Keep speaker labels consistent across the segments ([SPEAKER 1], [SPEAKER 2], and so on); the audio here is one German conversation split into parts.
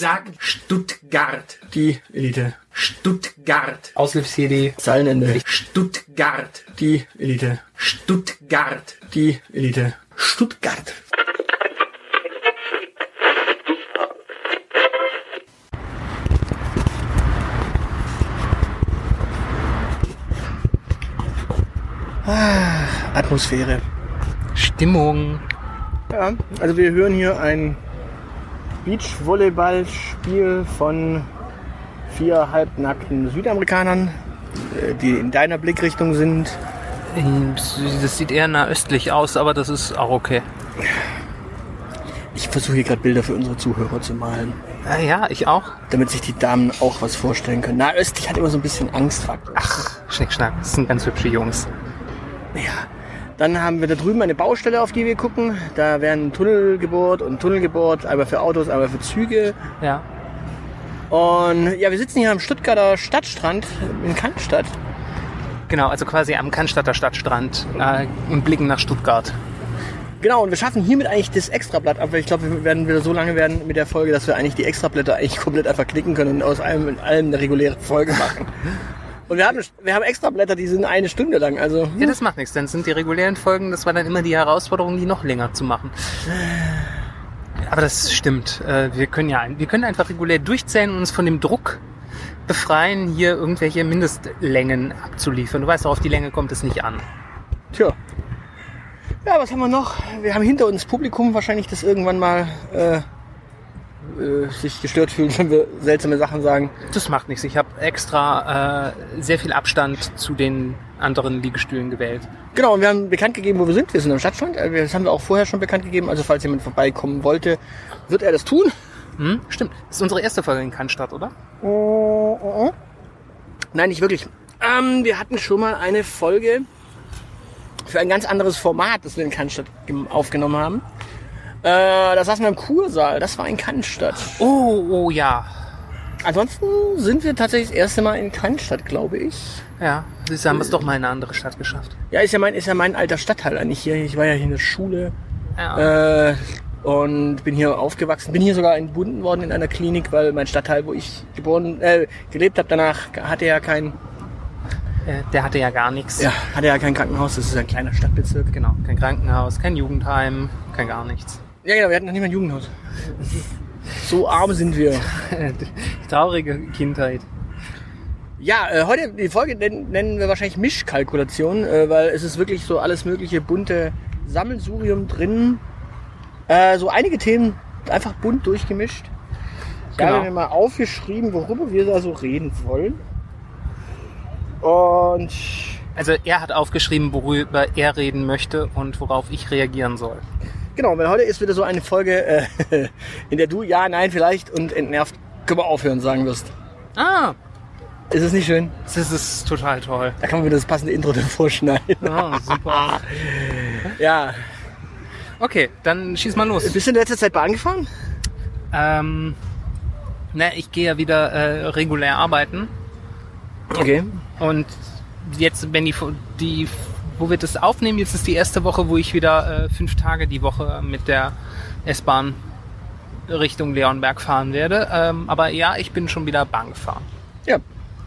[SPEAKER 1] Sag Stuttgart.
[SPEAKER 2] Die Elite.
[SPEAKER 1] Stuttgart.
[SPEAKER 2] Aushilfs-CD. Zeilenende.
[SPEAKER 1] Stuttgart.
[SPEAKER 2] Die Elite.
[SPEAKER 1] Stuttgart.
[SPEAKER 2] Die Elite. Stuttgart. Ah, Atmosphäre.
[SPEAKER 1] Stimmung.
[SPEAKER 2] Ja, also wir hören hier ein Beachvolleyballspiel von vier halbnackten Südamerikanern, äh, die in deiner Blickrichtung sind.
[SPEAKER 1] Das sieht eher nah östlich aus, aber das ist auch okay.
[SPEAKER 2] Ich versuche hier gerade Bilder für unsere Zuhörer zu malen,
[SPEAKER 1] Ah ja, ich auch.
[SPEAKER 2] damit sich die Damen auch was vorstellen können. Na, östlich hat immer so ein bisschen Angstfaktor.
[SPEAKER 1] Ach, schnick, schnack. Das sind ganz hübsche Jungs.
[SPEAKER 2] Ja. Dann haben wir da drüben eine Baustelle, auf die wir gucken. Da werden Tunnel gebohrt und Tunnel gebohrt, einmal für Autos, einmal für Züge.
[SPEAKER 1] Ja.
[SPEAKER 2] Und ja, wir sitzen hier am Stuttgarter Stadtstrand in Cannstatt.
[SPEAKER 1] Genau, also quasi am Cannstatter Stadtstrand äh, und blicken nach Stuttgart.
[SPEAKER 2] Genau, und wir schaffen hiermit eigentlich das Extrablatt ab, weil ich glaube, wir werden wieder so lange werden mit der Folge, dass wir eigentlich die Extrablätter eigentlich komplett einfach klicken können und aus allem in allem eine reguläre Folge machen. Und wir haben, wir haben Extrablätter, die sind eine Stunde lang, also
[SPEAKER 1] Ja, das macht nichts, dann sind die regulären Folgen, das war dann immer die Herausforderung, die noch länger zu machen. Aber das stimmt. äh, Wir können ja ein- wir können einfach regulär durchzählen und uns von dem Druck befreien, hier irgendwelche Mindestlängen abzuliefern. Du weißt auch, auf die Länge kommt es nicht an.
[SPEAKER 2] tja. Ja, was haben wir noch? Wir haben hinter uns Publikum wahrscheinlich, das irgendwann mal äh, äh, sich gestört fühlt, wenn wir seltsame Sachen sagen.
[SPEAKER 1] Das macht nichts. Ich habe extra äh, sehr viel Abstand zu den anderen Liegestühlen gewählt.
[SPEAKER 2] Genau, und wir haben bekannt gegeben, wo wir sind. Wir sind am Stadtstrand. Äh, wir- Das haben wir auch vorher schon bekannt gegeben. Also falls jemand vorbeikommen wollte, wird er das tun.
[SPEAKER 1] Hm? Stimmt. Das ist unsere erste Folge in Cannstatt, oder?
[SPEAKER 2] Nein, nicht wirklich. Ähm, wir hatten schon mal eine Folge für ein ganz anderes Format, das wir in Cannstatt gem- aufgenommen haben. Äh, da saßen wir im Kursaal. Das war in Cannstatt.
[SPEAKER 1] Oh, oh ja.
[SPEAKER 2] Ansonsten sind wir tatsächlich das erste Mal in Cannstatt, glaube ich.
[SPEAKER 1] Ja, sie haben es doch mal in eine andere Stadt geschafft.
[SPEAKER 2] Ja, ist ja mein, ist ja mein alter Stadtteil eigentlich hier. Ich war ja hier in der Schule.
[SPEAKER 1] Ja.
[SPEAKER 2] Äh, und bin hier aufgewachsen. Bin hier sogar entbunden worden in einer Klinik, weil mein Stadtteil, wo ich geboren, äh, gelebt habe, danach hatte ja kein,
[SPEAKER 1] Äh, der hatte ja gar nichts.
[SPEAKER 2] ja, hatte ja kein Krankenhaus. Das ist ein kleiner Stadtbezirk.
[SPEAKER 1] Genau, kein Krankenhaus, kein Jugendheim, kein gar nichts.
[SPEAKER 2] Ja, genau, wir hatten noch nicht mal ein Jugendhaus. So arm sind wir.
[SPEAKER 1] Traurige Kindheit.
[SPEAKER 2] Ja, äh, heute die Folge nennen, nennen wir wahrscheinlich Mischkalkulation, äh, weil es ist wirklich so alles mögliche bunte Sammelsurium drin. Äh, so einige Themen einfach bunt durchgemischt. Ich
[SPEAKER 1] Genau.
[SPEAKER 2] habe mir mal aufgeschrieben, worüber wir da so reden wollen. Und
[SPEAKER 1] Also er hat aufgeschrieben, worüber er reden möchte und worauf ich reagieren soll.
[SPEAKER 2] genau, weil heute ist wieder so eine Folge, äh, in der du ja, nein, vielleicht und entnervt, können wir aufhören sagen wirst.
[SPEAKER 1] Ah,
[SPEAKER 2] Ist es nicht schön?
[SPEAKER 1] das ist total toll.
[SPEAKER 2] Da kann man wieder das passende Intro davor schneiden.
[SPEAKER 1] Ah, super.
[SPEAKER 2] Ja.
[SPEAKER 1] Okay, dann schieß mal los.
[SPEAKER 2] Bist du in letzter Zeit Bahn gefahren?
[SPEAKER 1] Ähm, na, ich gehe ja wieder äh, regulär arbeiten
[SPEAKER 2] Okay.
[SPEAKER 1] und jetzt, wenn die, die, wo wir das aufnehmen, jetzt ist die erste Woche, wo ich wieder äh, fünf Tage die Woche mit der S-Bahn Richtung Leonberg fahren werde. Ähm, aber ja, ich bin schon wieder Oh Bahn gefahren.
[SPEAKER 2] Ja,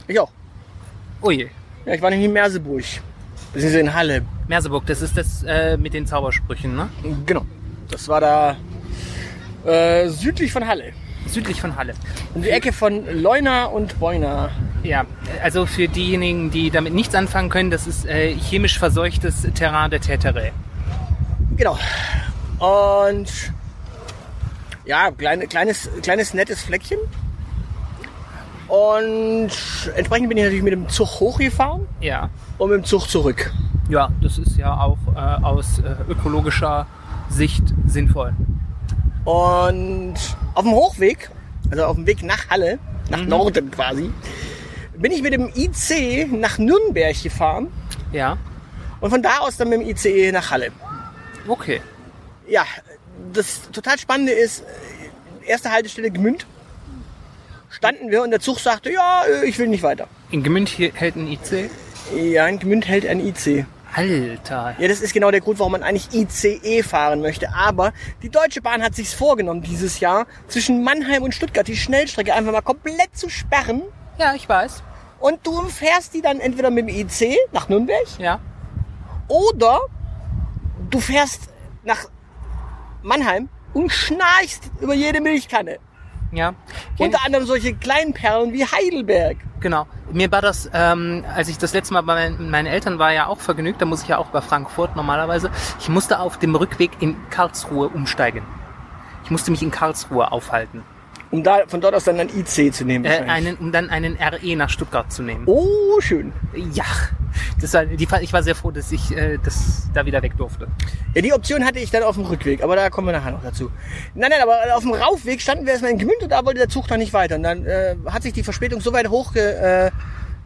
[SPEAKER 2] ich auch.
[SPEAKER 1] Ui,
[SPEAKER 2] Ja, ich war nämlich in Merseburg. Beziehungsweise in Halle.
[SPEAKER 1] Merseburg, das ist das äh, mit den Zaubersprüchen, ne?
[SPEAKER 2] Genau. Das war da äh, südlich von Halle.
[SPEAKER 1] Südlich von Halle.
[SPEAKER 2] Um die Ecke von Leuna und Beuna.
[SPEAKER 1] Ja, also für diejenigen, die damit nichts anfangen können, das ist äh, chemisch verseuchtes Terrain der Tätere.
[SPEAKER 2] Genau. Und ja, kleine, kleines, kleines nettes Fleckchen. Und entsprechend bin ich natürlich mit dem Zug hochgefahren
[SPEAKER 1] Ja.
[SPEAKER 2] und mit dem Zug zurück.
[SPEAKER 1] Ja, das ist ja auch äh, aus äh, ökologischer Sicht sinnvoll.
[SPEAKER 2] Und auf dem Hochweg, also auf dem Weg nach Halle, nach Norden quasi, bin ich mit dem IC nach Nürnberg gefahren.
[SPEAKER 1] Ja.
[SPEAKER 2] Und von da aus dann mit dem ICE nach Halle.
[SPEAKER 1] Okay.
[SPEAKER 2] Ja, das total Spannende ist, äh, erste Haltestelle Gmünd. Standen wir und der Zug sagte, ja, äh, ich will nicht weiter.
[SPEAKER 1] In Gemünd hier hält ein IC.
[SPEAKER 2] Ja, in Gmünd hält ein IC.
[SPEAKER 1] Alter.
[SPEAKER 2] Ja, das ist genau der Grund, warum man eigentlich ICE fahren möchte. Aber die Deutsche Bahn hat sich's vorgenommen, dieses Jahr zwischen Mannheim und Stuttgart die Schnellstrecke einfach mal komplett zu sperren.
[SPEAKER 1] Ja, ich weiß.
[SPEAKER 2] Und du fährst die dann entweder mit dem IC nach Nürnberg
[SPEAKER 1] Ja.
[SPEAKER 2] oder du fährst nach Mannheim und schnarchst über jede Milchkanne.
[SPEAKER 1] Ja.
[SPEAKER 2] Unter anderem solche kleinen Perlen wie Heidelberg.
[SPEAKER 1] Genau. Mir war das, ähm, als ich das letzte Mal bei mein, meinen Eltern war, ja auch vergnügt. Da muss ich ja auch über Frankfurt normalerweise. Ich musste auf dem Rückweg in Karlsruhe umsteigen. Ich musste mich in Karlsruhe aufhalten,
[SPEAKER 2] Um da, von dort aus dann ein IC zu nehmen.
[SPEAKER 1] äh,
[SPEAKER 2] wahrscheinlich.
[SPEAKER 1] einen, um dann einen RE nach Stuttgart zu nehmen.
[SPEAKER 2] oh, schön.
[SPEAKER 1] Ja, das war, die, Fa- ich war sehr froh, dass ich äh, das da wieder weg durfte.
[SPEAKER 2] Ja, die Option hatte ich dann auf dem Rückweg, aber da kommen wir nachher noch dazu. Nein, nein, aber auf dem Raufweg standen wir erstmal in Gmünd und da wollte der Zug noch nicht weiter. Und dann äh, hat sich die Verspätung so weit hochgewerkelt, äh,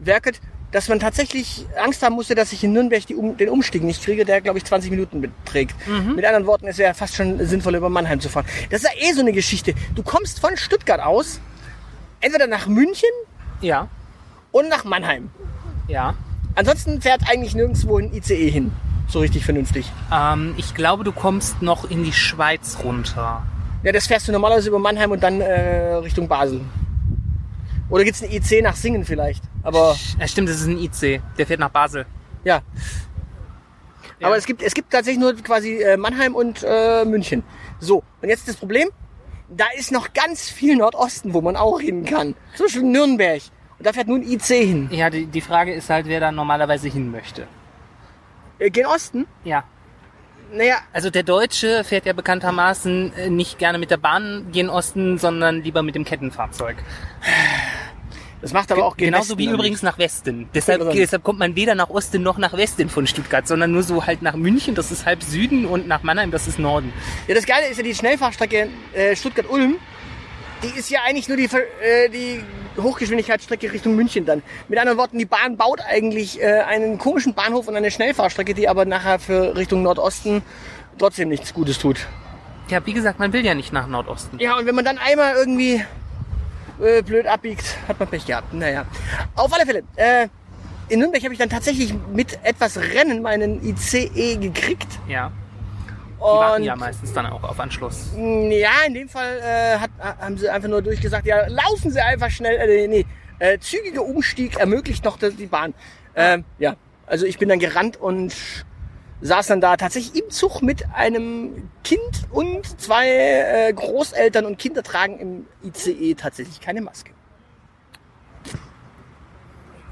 [SPEAKER 2] werkelt, dass man tatsächlich Angst haben musste, dass ich in Nürnberg die, um, den Umstieg nicht kriege, der, glaube ich, 20 Minuten beträgt. Mit anderen Worten, es wäre fast schon sinnvoll, über Mannheim zu fahren. Das ist ja eh so eine Geschichte. Du kommst von Stuttgart aus, entweder nach München
[SPEAKER 1] Ja,
[SPEAKER 2] oder nach Mannheim.
[SPEAKER 1] ja.
[SPEAKER 2] Ansonsten fährt eigentlich nirgendwo ein ICE hin. So richtig vernünftig.
[SPEAKER 1] Ähm, ich glaube, du kommst noch in die Schweiz runter.
[SPEAKER 2] Ja, das fährst du normalerweise über Mannheim und dann äh, Richtung Basel. Oder gibt's einen IC nach Singen vielleicht? Aber
[SPEAKER 1] Ja, stimmt, das ist ein IC. Der fährt nach Basel.
[SPEAKER 2] ja.
[SPEAKER 1] Ja.
[SPEAKER 2] Aber es gibt, es gibt tatsächlich nur quasi äh, Mannheim und äh, München. So, und jetzt das Problem, da ist noch ganz viel Nordosten, wo man auch hin kann. Zum Beispiel Nürnberg. Und da fährt nun IC hin.
[SPEAKER 1] Ja, die, die Frage ist halt, wer da normalerweise hin möchte.
[SPEAKER 2] Äh, gen Osten?
[SPEAKER 1] Ja.
[SPEAKER 2] Naja,
[SPEAKER 1] Also der Deutsche fährt ja bekanntermaßen äh, nicht gerne mit der Bahn gen Osten, sondern lieber mit dem Kettenfahrzeug.
[SPEAKER 2] das macht aber auch gen
[SPEAKER 1] Genauso
[SPEAKER 2] Westen
[SPEAKER 1] wie
[SPEAKER 2] dann
[SPEAKER 1] übrigens nach Westen. Deshalb,
[SPEAKER 2] Interessant.
[SPEAKER 1] deshalb kommt man weder nach Osten noch nach Westen von Stuttgart, sondern nur so halt nach München, das ist halb Süden, und nach Mannheim, das ist Norden.
[SPEAKER 2] Ja, das Geile ist ja die Schnellfahrstrecke äh, Stuttgart-Ulm. Die ist ja eigentlich nur die, Ver- äh, die Hochgeschwindigkeitsstrecke Richtung München dann. Mit anderen Worten, die Bahn baut eigentlich äh, einen komischen Bahnhof und eine Schnellfahrstrecke, die aber nachher für Richtung Nordosten trotzdem nichts Gutes tut.
[SPEAKER 1] Ja, wie gesagt, man will ja nicht nach Nordosten.
[SPEAKER 2] Ja, und wenn man dann einmal irgendwie äh, blöd abbiegt, hat man Pech gehabt. Naja. Auf alle Fälle. Äh, in Nürnberg habe ich dann tatsächlich mit etwas Rennen meinen ICE gekriegt.
[SPEAKER 1] Ja, die warten
[SPEAKER 2] Und
[SPEAKER 1] ja meistens dann auch auf Anschluss.
[SPEAKER 2] Ja, in dem Fall äh, hat, haben sie einfach nur durchgesagt, ja, laufen Sie einfach schnell. Äh, nee, äh, zügiger Umstieg ermöglicht noch die die Bahn. Ähm, ja, also ich bin dann gerannt und saß dann da tatsächlich im Zug mit einem Kind und zwei äh, Großeltern und Kinder tragen im ICE tatsächlich keine Maske.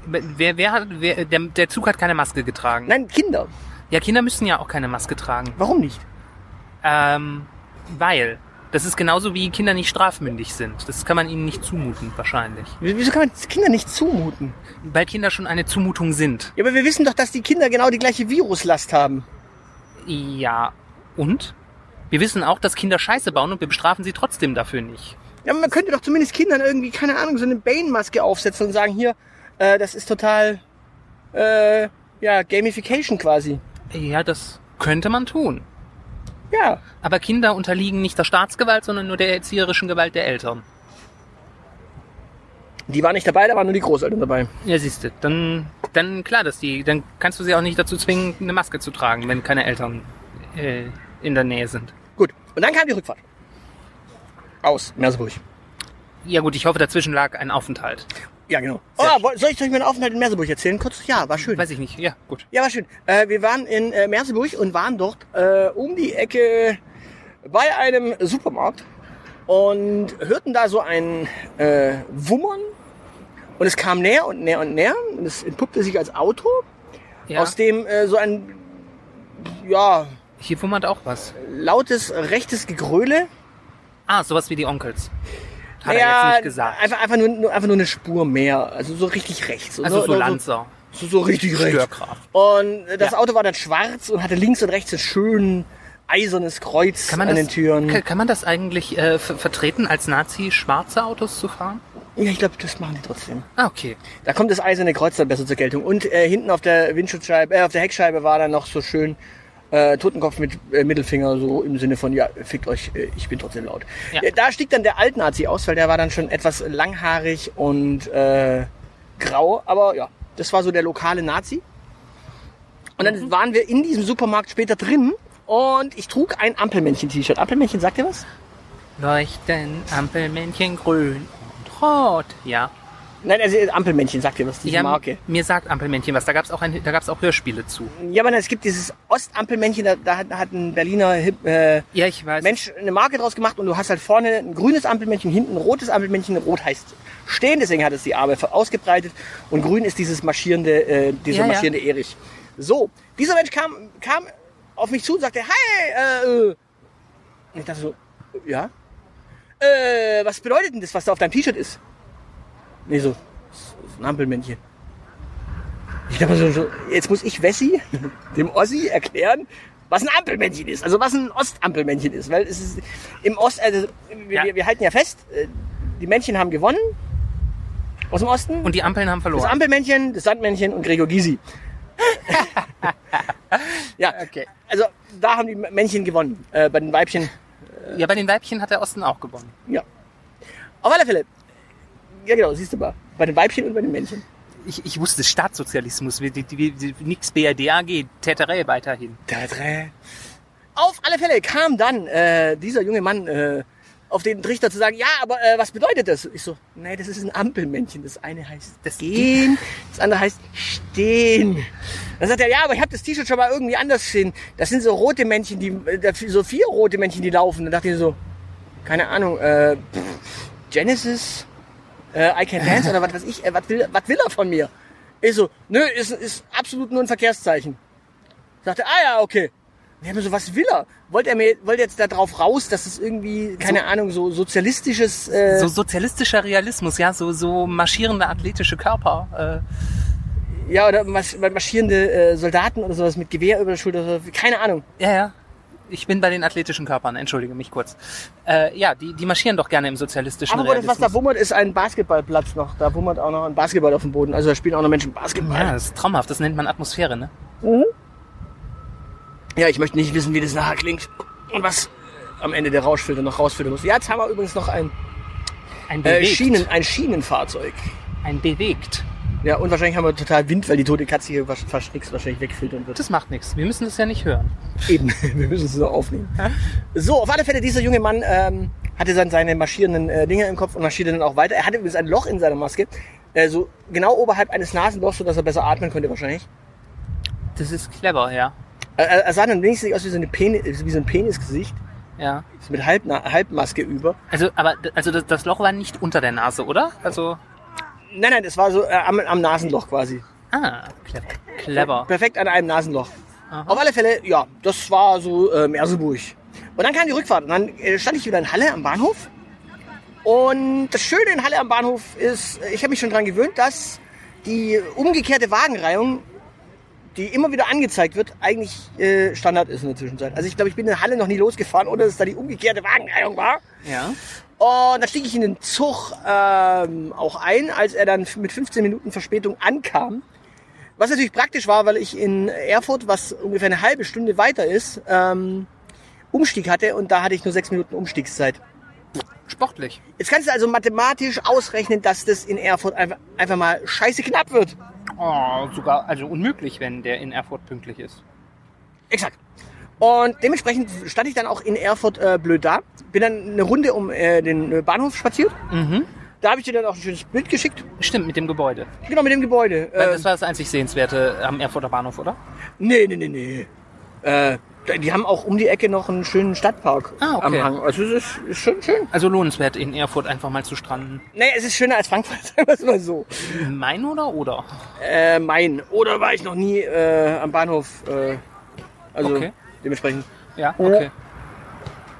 [SPEAKER 1] Wer, wer hat, wer, der, der Zug hat keine Maske getragen.
[SPEAKER 2] Nein, Kinder.
[SPEAKER 1] Ja, Kinder müssen ja auch keine Maske tragen.
[SPEAKER 2] Warum nicht?
[SPEAKER 1] Ähm, weil. Das ist genauso wie Kinder nicht strafmündig sind. Das kann man ihnen nicht zumuten, wahrscheinlich.
[SPEAKER 2] W- Wieso kann man Kinder nicht zumuten?
[SPEAKER 1] Weil Kinder schon eine Zumutung sind.
[SPEAKER 2] Ja, aber wir wissen doch, dass die Kinder genau die gleiche Viruslast haben.
[SPEAKER 1] Ja, und? Wir wissen auch, dass Kinder Scheiße bauen und wir bestrafen sie trotzdem dafür nicht.
[SPEAKER 2] Ja, aber man könnte doch zumindest Kindern irgendwie, keine Ahnung, so eine Bane-Maske aufsetzen und sagen, hier, äh, das ist total, äh, ja, Gamification quasi.
[SPEAKER 1] Ja, das könnte man tun.
[SPEAKER 2] Ja.
[SPEAKER 1] Aber Kinder unterliegen nicht der Staatsgewalt, sondern nur der erzieherischen Gewalt der Eltern.
[SPEAKER 2] Die waren nicht dabei, da waren nur die Großeltern dabei.
[SPEAKER 1] Ja, siehst du, dann, dann klar, dass die, dann kannst du sie auch nicht dazu zwingen, eine Maske zu tragen, wenn keine Eltern äh, in der Nähe sind.
[SPEAKER 2] Gut. Und dann kam die Rückfahrt. Aus Merseburg.
[SPEAKER 1] Ja gut, ich hoffe, dazwischen lag ein Aufenthalt.
[SPEAKER 2] Ja, genau. Oh,
[SPEAKER 1] Sehr
[SPEAKER 2] woll- soll ich euch meinen Aufenthalt in Merseburg erzählen? Kurz, ja, war schön.
[SPEAKER 1] Weiß ich nicht, ja, gut.
[SPEAKER 2] Ja, war schön. Äh, wir waren in äh, Merseburg und waren dort äh, um die Ecke bei einem Supermarkt und hörten da so ein äh, Wummern und es kam näher und näher und näher und es entpuppte sich als Auto,
[SPEAKER 1] Ja,
[SPEAKER 2] aus dem äh, so ein ja,
[SPEAKER 1] hier wummert auch was.
[SPEAKER 2] lautes rechtes Gegröle.
[SPEAKER 1] Ah, sowas wie die Onkels. Hat
[SPEAKER 2] Naja,
[SPEAKER 1] er jetzt nicht gesagt.
[SPEAKER 2] Einfach, einfach, nur, nur, einfach nur eine Spur mehr, also so richtig rechts. Und
[SPEAKER 1] also so
[SPEAKER 2] so,
[SPEAKER 1] Lanzer.
[SPEAKER 2] so, so richtig rechts.
[SPEAKER 1] Störkraft.
[SPEAKER 2] Und äh, das
[SPEAKER 1] Ja.
[SPEAKER 2] Auto war dann schwarz und hatte links und rechts ein schön eisernes Kreuz
[SPEAKER 1] Kann man,
[SPEAKER 2] an
[SPEAKER 1] das,
[SPEAKER 2] den Türen.
[SPEAKER 1] Kann, kann man das eigentlich äh, ver- vertreten, als Nazi schwarze Autos zu fahren?
[SPEAKER 2] Ja, ich glaube, das machen die trotzdem.
[SPEAKER 1] Ah, okay.
[SPEAKER 2] Da kommt das eiserne Kreuz dann besser zur Geltung. Und äh, hinten auf der Windschutzscheibe, äh, auf der Heckscheibe war dann noch so schön äh, Totenkopf mit äh, Mittelfinger, so im Sinne von, ja, fickt euch, äh, ich bin trotzdem laut.
[SPEAKER 1] Ja.
[SPEAKER 2] Äh, Da stieg dann der Altnazi aus, weil der war dann schon etwas langhaarig und äh, grau. Aber ja, das war so der lokale Nazi. Und dann
[SPEAKER 1] Mhm.
[SPEAKER 2] waren wir in diesem Supermarkt später drin und ich trug ein Ampelmännchen-T-Shirt. Ampelmännchen, sagt ihr was?
[SPEAKER 1] Leuchten Ampelmännchen grün und rot. Ja.
[SPEAKER 2] Nein, also Ampelmännchen, sagt ihr was, diese
[SPEAKER 1] ja
[SPEAKER 2] Marke.
[SPEAKER 1] Mir sagt Ampelmännchen was. Da gab's auch ein, da gab's auch Hörspiele zu.
[SPEAKER 2] Ja, aber es gibt dieses Ostampelmännchen, da, da hat, hat ein Berliner Hip, äh,
[SPEAKER 1] Ja, ich weiß.
[SPEAKER 2] Mensch eine Marke draus gemacht und du hast halt vorne ein grünes Ampelmännchen, hinten ein rotes Ampelmännchen. Rot heißt stehen, deswegen hat es die Arme ausgebreitet und grün ist dieses marschierende, äh, dieser
[SPEAKER 1] Ja, ja.
[SPEAKER 2] marschierende Erich. So, dieser Mensch kam, kam auf mich zu und sagte, hi, äh, äh. Und ich dachte so, ja? Äh, was bedeutet denn das, was da auf deinem T-Shirt ist? Nee, so, das ist ein Ampelmännchen. Ich dachte mir so, so, jetzt muss ich Wessi, dem Ossi, erklären, was ein Ampelmännchen ist. Also was ein Ostampelmännchen ist. Weil es ist im Ost, also wir,
[SPEAKER 1] Ja.
[SPEAKER 2] wir, wir halten ja fest, äh, die Männchen haben gewonnen aus dem Osten.
[SPEAKER 1] Und die Ampeln haben
[SPEAKER 2] das
[SPEAKER 1] verloren.
[SPEAKER 2] Ampelmännchen, das Sandmännchen und Gregor Gysi. ja,
[SPEAKER 1] Okay.
[SPEAKER 2] also da haben die Männchen gewonnen. Äh, bei den Weibchen
[SPEAKER 1] ja, bei den Weibchen hat der Osten auch gewonnen.
[SPEAKER 2] Ja. Auf alle Fälle. Ja, genau, siehst du mal. Bei den Weibchen und bei den Männchen.
[SPEAKER 1] Ich, ich wusste Staatssozialismus, wie, wie, wie, wie nix BRD AG, Täterei weiterhin.
[SPEAKER 2] Auf alle Fälle kam dann äh, dieser junge Mann äh, auf den Trichter zu sagen, ja, aber äh, was bedeutet das? Ich so, nee, das ist ein Ampelmännchen. Das eine heißt
[SPEAKER 1] Das
[SPEAKER 2] gehen, das andere heißt stehen. Dann sagt er, ja, aber ich habe das T-Shirt schon mal irgendwie anders gesehen. Das sind so rote Männchen, die, äh, da- so vier rote Männchen, die laufen. Dann dachte ich so, keine Ahnung, äh, pff, Genesis, äh, I Can Dance oder was weiß ich, äh, was will, was will er von mir? Ich so, nö, ist, ist absolut nur ein Verkehrszeichen. Sagte, ah ja, okay. Und Ich hab mir so, was will er? Wollte er mir, wollte er jetzt da drauf raus, dass es irgendwie, keine Ahnung, so sozialistisches, äh,
[SPEAKER 1] So sozialistischer Realismus, ja, so, so marschierende athletische Körper. Äh,
[SPEAKER 2] ja, oder marsch- marschierende äh, Soldaten oder sowas mit Gewehr über der Schulter, oder so, keine Ahnung.
[SPEAKER 1] Ja, ja. Ich bin bei den athletischen Körpern, entschuldige mich kurz. Äh, ja, die, die marschieren doch gerne im sozialistischen
[SPEAKER 2] Aber das, was da
[SPEAKER 1] Realismus.
[SPEAKER 2] wummert, ist ein Basketballplatz noch. Da wummert auch noch ein Basketball auf dem Boden. Also da spielen auch noch Menschen Basketball.
[SPEAKER 1] ja, das ist traumhaft, das nennt man Atmosphäre, ne?
[SPEAKER 2] Ja, ich möchte nicht wissen, wie das nachher klingt und was am Ende der Rauschfilter noch rausfiltern muss. Ja, jetzt haben wir übrigens noch ein,
[SPEAKER 1] Ein
[SPEAKER 2] äh,
[SPEAKER 1] bewegt.
[SPEAKER 2] Schienen, ein Schienenfahrzeug.
[SPEAKER 1] Ein bewegt.
[SPEAKER 2] Ja, und wahrscheinlich haben wir total Wind, weil die tote Katze hier wasch- fast nichts wahrscheinlich wegfiltern wird.
[SPEAKER 1] Das macht nichts. Wir müssen das ja nicht hören.
[SPEAKER 2] Eben, wir müssen es so aufnehmen. So, auf alle Fälle, dieser junge Mann ähm, hatte dann seine marschierenden äh, Dinger im Kopf und marschierte dann auch weiter. Er hatte übrigens ein Loch in seiner Maske, äh, so genau oberhalb eines Nasenlochs, sodass er besser atmen konnte wahrscheinlich.
[SPEAKER 1] Das ist clever, ja.
[SPEAKER 2] Er, er er sah dann wenigstens nicht aus wie so, eine Penis, wie so ein Penisgesicht,
[SPEAKER 1] Ja.
[SPEAKER 2] mit Halbna Halbmaske über.
[SPEAKER 1] Also, aber also das, das Loch war nicht unter der Nase, oder? Also.
[SPEAKER 2] Nein, nein, das war so äh, am, am Nasenloch quasi.
[SPEAKER 1] Ah, clever. Clever.
[SPEAKER 2] Perfekt an einem Nasenloch.
[SPEAKER 1] Aha.
[SPEAKER 2] Auf alle Fälle, ja, das war so äh, Merseburg. Und dann kam die Rückfahrt und dann äh, stand ich wieder in Halle am Bahnhof. Und das Schöne in Halle am Bahnhof ist, äh, ich habe mich schon dran gewöhnt, dass die umgekehrte Wagenreihung, die immer wieder angezeigt wird, eigentlich äh, Standard ist in der Zwischenzeit. Also ich glaube, ich bin in Halle noch nie losgefahren, ohne dass da die umgekehrte Wagenreihung war.
[SPEAKER 1] Ja.
[SPEAKER 2] Und dann stieg ich in den Zug ähm, auch ein, als er dann f- mit 15 Minuten Verspätung ankam. Was natürlich praktisch war, weil ich in Erfurt, was ungefähr eine halbe Stunde weiter ist, ähm, Umstieg hatte und da hatte ich nur sechs Minuten Umstiegszeit.
[SPEAKER 1] Sportlich.
[SPEAKER 2] Jetzt kannst du also mathematisch ausrechnen, dass das in Erfurt einfach, einfach mal scheiße knapp wird.
[SPEAKER 1] Oh, sogar, also unmöglich, wenn der in Erfurt pünktlich ist.
[SPEAKER 2] Exakt. Und dementsprechend stand ich dann auch in Erfurt äh, blöd da. Bin dann eine Runde um äh, den äh, Bahnhof spaziert.
[SPEAKER 1] Mhm.
[SPEAKER 2] Da habe ich dir dann auch ein schönes Bild geschickt.
[SPEAKER 1] Stimmt, mit dem Gebäude.
[SPEAKER 2] Genau, mit dem Gebäude.
[SPEAKER 1] Weil
[SPEAKER 2] Ähm,
[SPEAKER 1] das war das einzig Sehenswerte am Erfurter Bahnhof, oder?
[SPEAKER 2] Nee, nee, nee, nee. Äh, die haben auch um die Ecke noch einen schönen Stadtpark
[SPEAKER 1] Ah, okay.
[SPEAKER 2] am Hang. Also es ist, ist schon schön.
[SPEAKER 1] Also lohnenswert, in Erfurt einfach mal zu stranden.
[SPEAKER 2] Nee, es ist schöner als Frankfurt, sagen wir es mal so.
[SPEAKER 1] Mein oder oder?
[SPEAKER 2] Äh, mein. Oder war ich noch nie äh, am Bahnhof. Äh, also
[SPEAKER 1] Okay.
[SPEAKER 2] dementsprechend.
[SPEAKER 1] Ja, okay.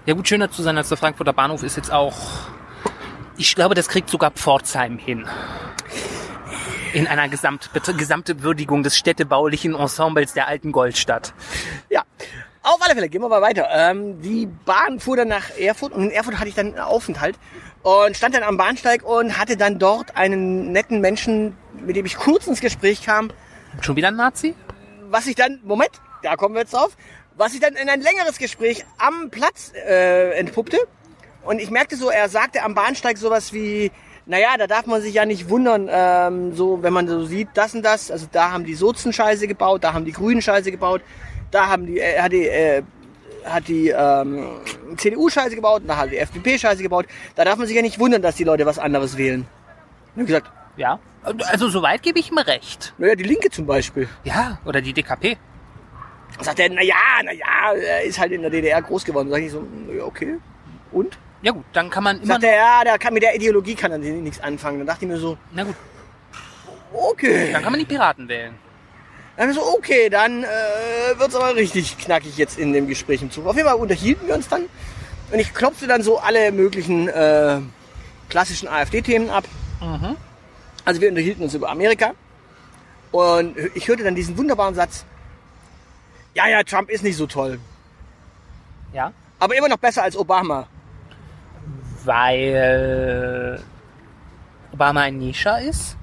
[SPEAKER 1] Ja gut, schöner zu sein als der Frankfurter Bahnhof ist jetzt auch... Ich glaube, das kriegt sogar Pforzheim hin. In einer Gesamt gesamte Würdigung des städtebaulichen Ensembles der alten Goldstadt.
[SPEAKER 2] Ja. Auf alle Fälle, gehen wir mal weiter. Ähm, die Bahn fuhr dann nach Erfurt und in Erfurt hatte ich dann einen Aufenthalt. Und stand dann am Bahnsteig und hatte dann dort einen netten Menschen, mit dem ich kurz ins Gespräch kam,
[SPEAKER 1] Schon wieder ein Nazi?
[SPEAKER 2] was ich dann, Moment, da kommen wir jetzt drauf, was sich dann in ein längeres Gespräch am Platz äh, entpuppte. Und ich merkte so, er sagte am Bahnsteig sowas wie, naja, da darf man sich ja nicht wundern, ähm, so wenn man so sieht, das und das, also da haben die Sozen Scheiße gebaut, da haben die Grünen Scheiße gebaut, da haben die, äh, hat die, äh, hat die ähm, CDU Scheiße gebaut, da hat die FDP Scheiße gebaut, da darf man sich ja nicht wundern, dass die Leute was anderes wählen. Und ich hab gesagt,
[SPEAKER 1] Ja. Also soweit gebe ich ihm recht.
[SPEAKER 2] naja, die Linke zum Beispiel.
[SPEAKER 1] Ja, oder die DKP.
[SPEAKER 2] sagt er, naja, naja, er ist halt in der DDR groß geworden. Sag ich so, "Hm, ja, okay. Und?
[SPEAKER 1] Ja gut, dann kann man immer...
[SPEAKER 2] Sagt er, ja, da kann, mit der Ideologie kann er nichts anfangen. Dann dachte ich mir so,
[SPEAKER 1] na gut,
[SPEAKER 2] okay.
[SPEAKER 1] dann kann man die Piraten wählen.
[SPEAKER 2] Dann so, okay, dann äh, wird's aber richtig knackig jetzt in dem Gespräch im Zug. Auf jeden Fall unterhielten wir uns dann und ich klopfte dann so alle möglichen äh, klassischen AfD-Themen ab. Also wir unterhielten uns über Amerika und ich hörte dann diesen wunderbaren Satz, ja, ja, Trump ist nicht so toll,
[SPEAKER 1] Ja.
[SPEAKER 2] aber immer noch besser als Obama.
[SPEAKER 1] Weil Obama ein Nischer ist.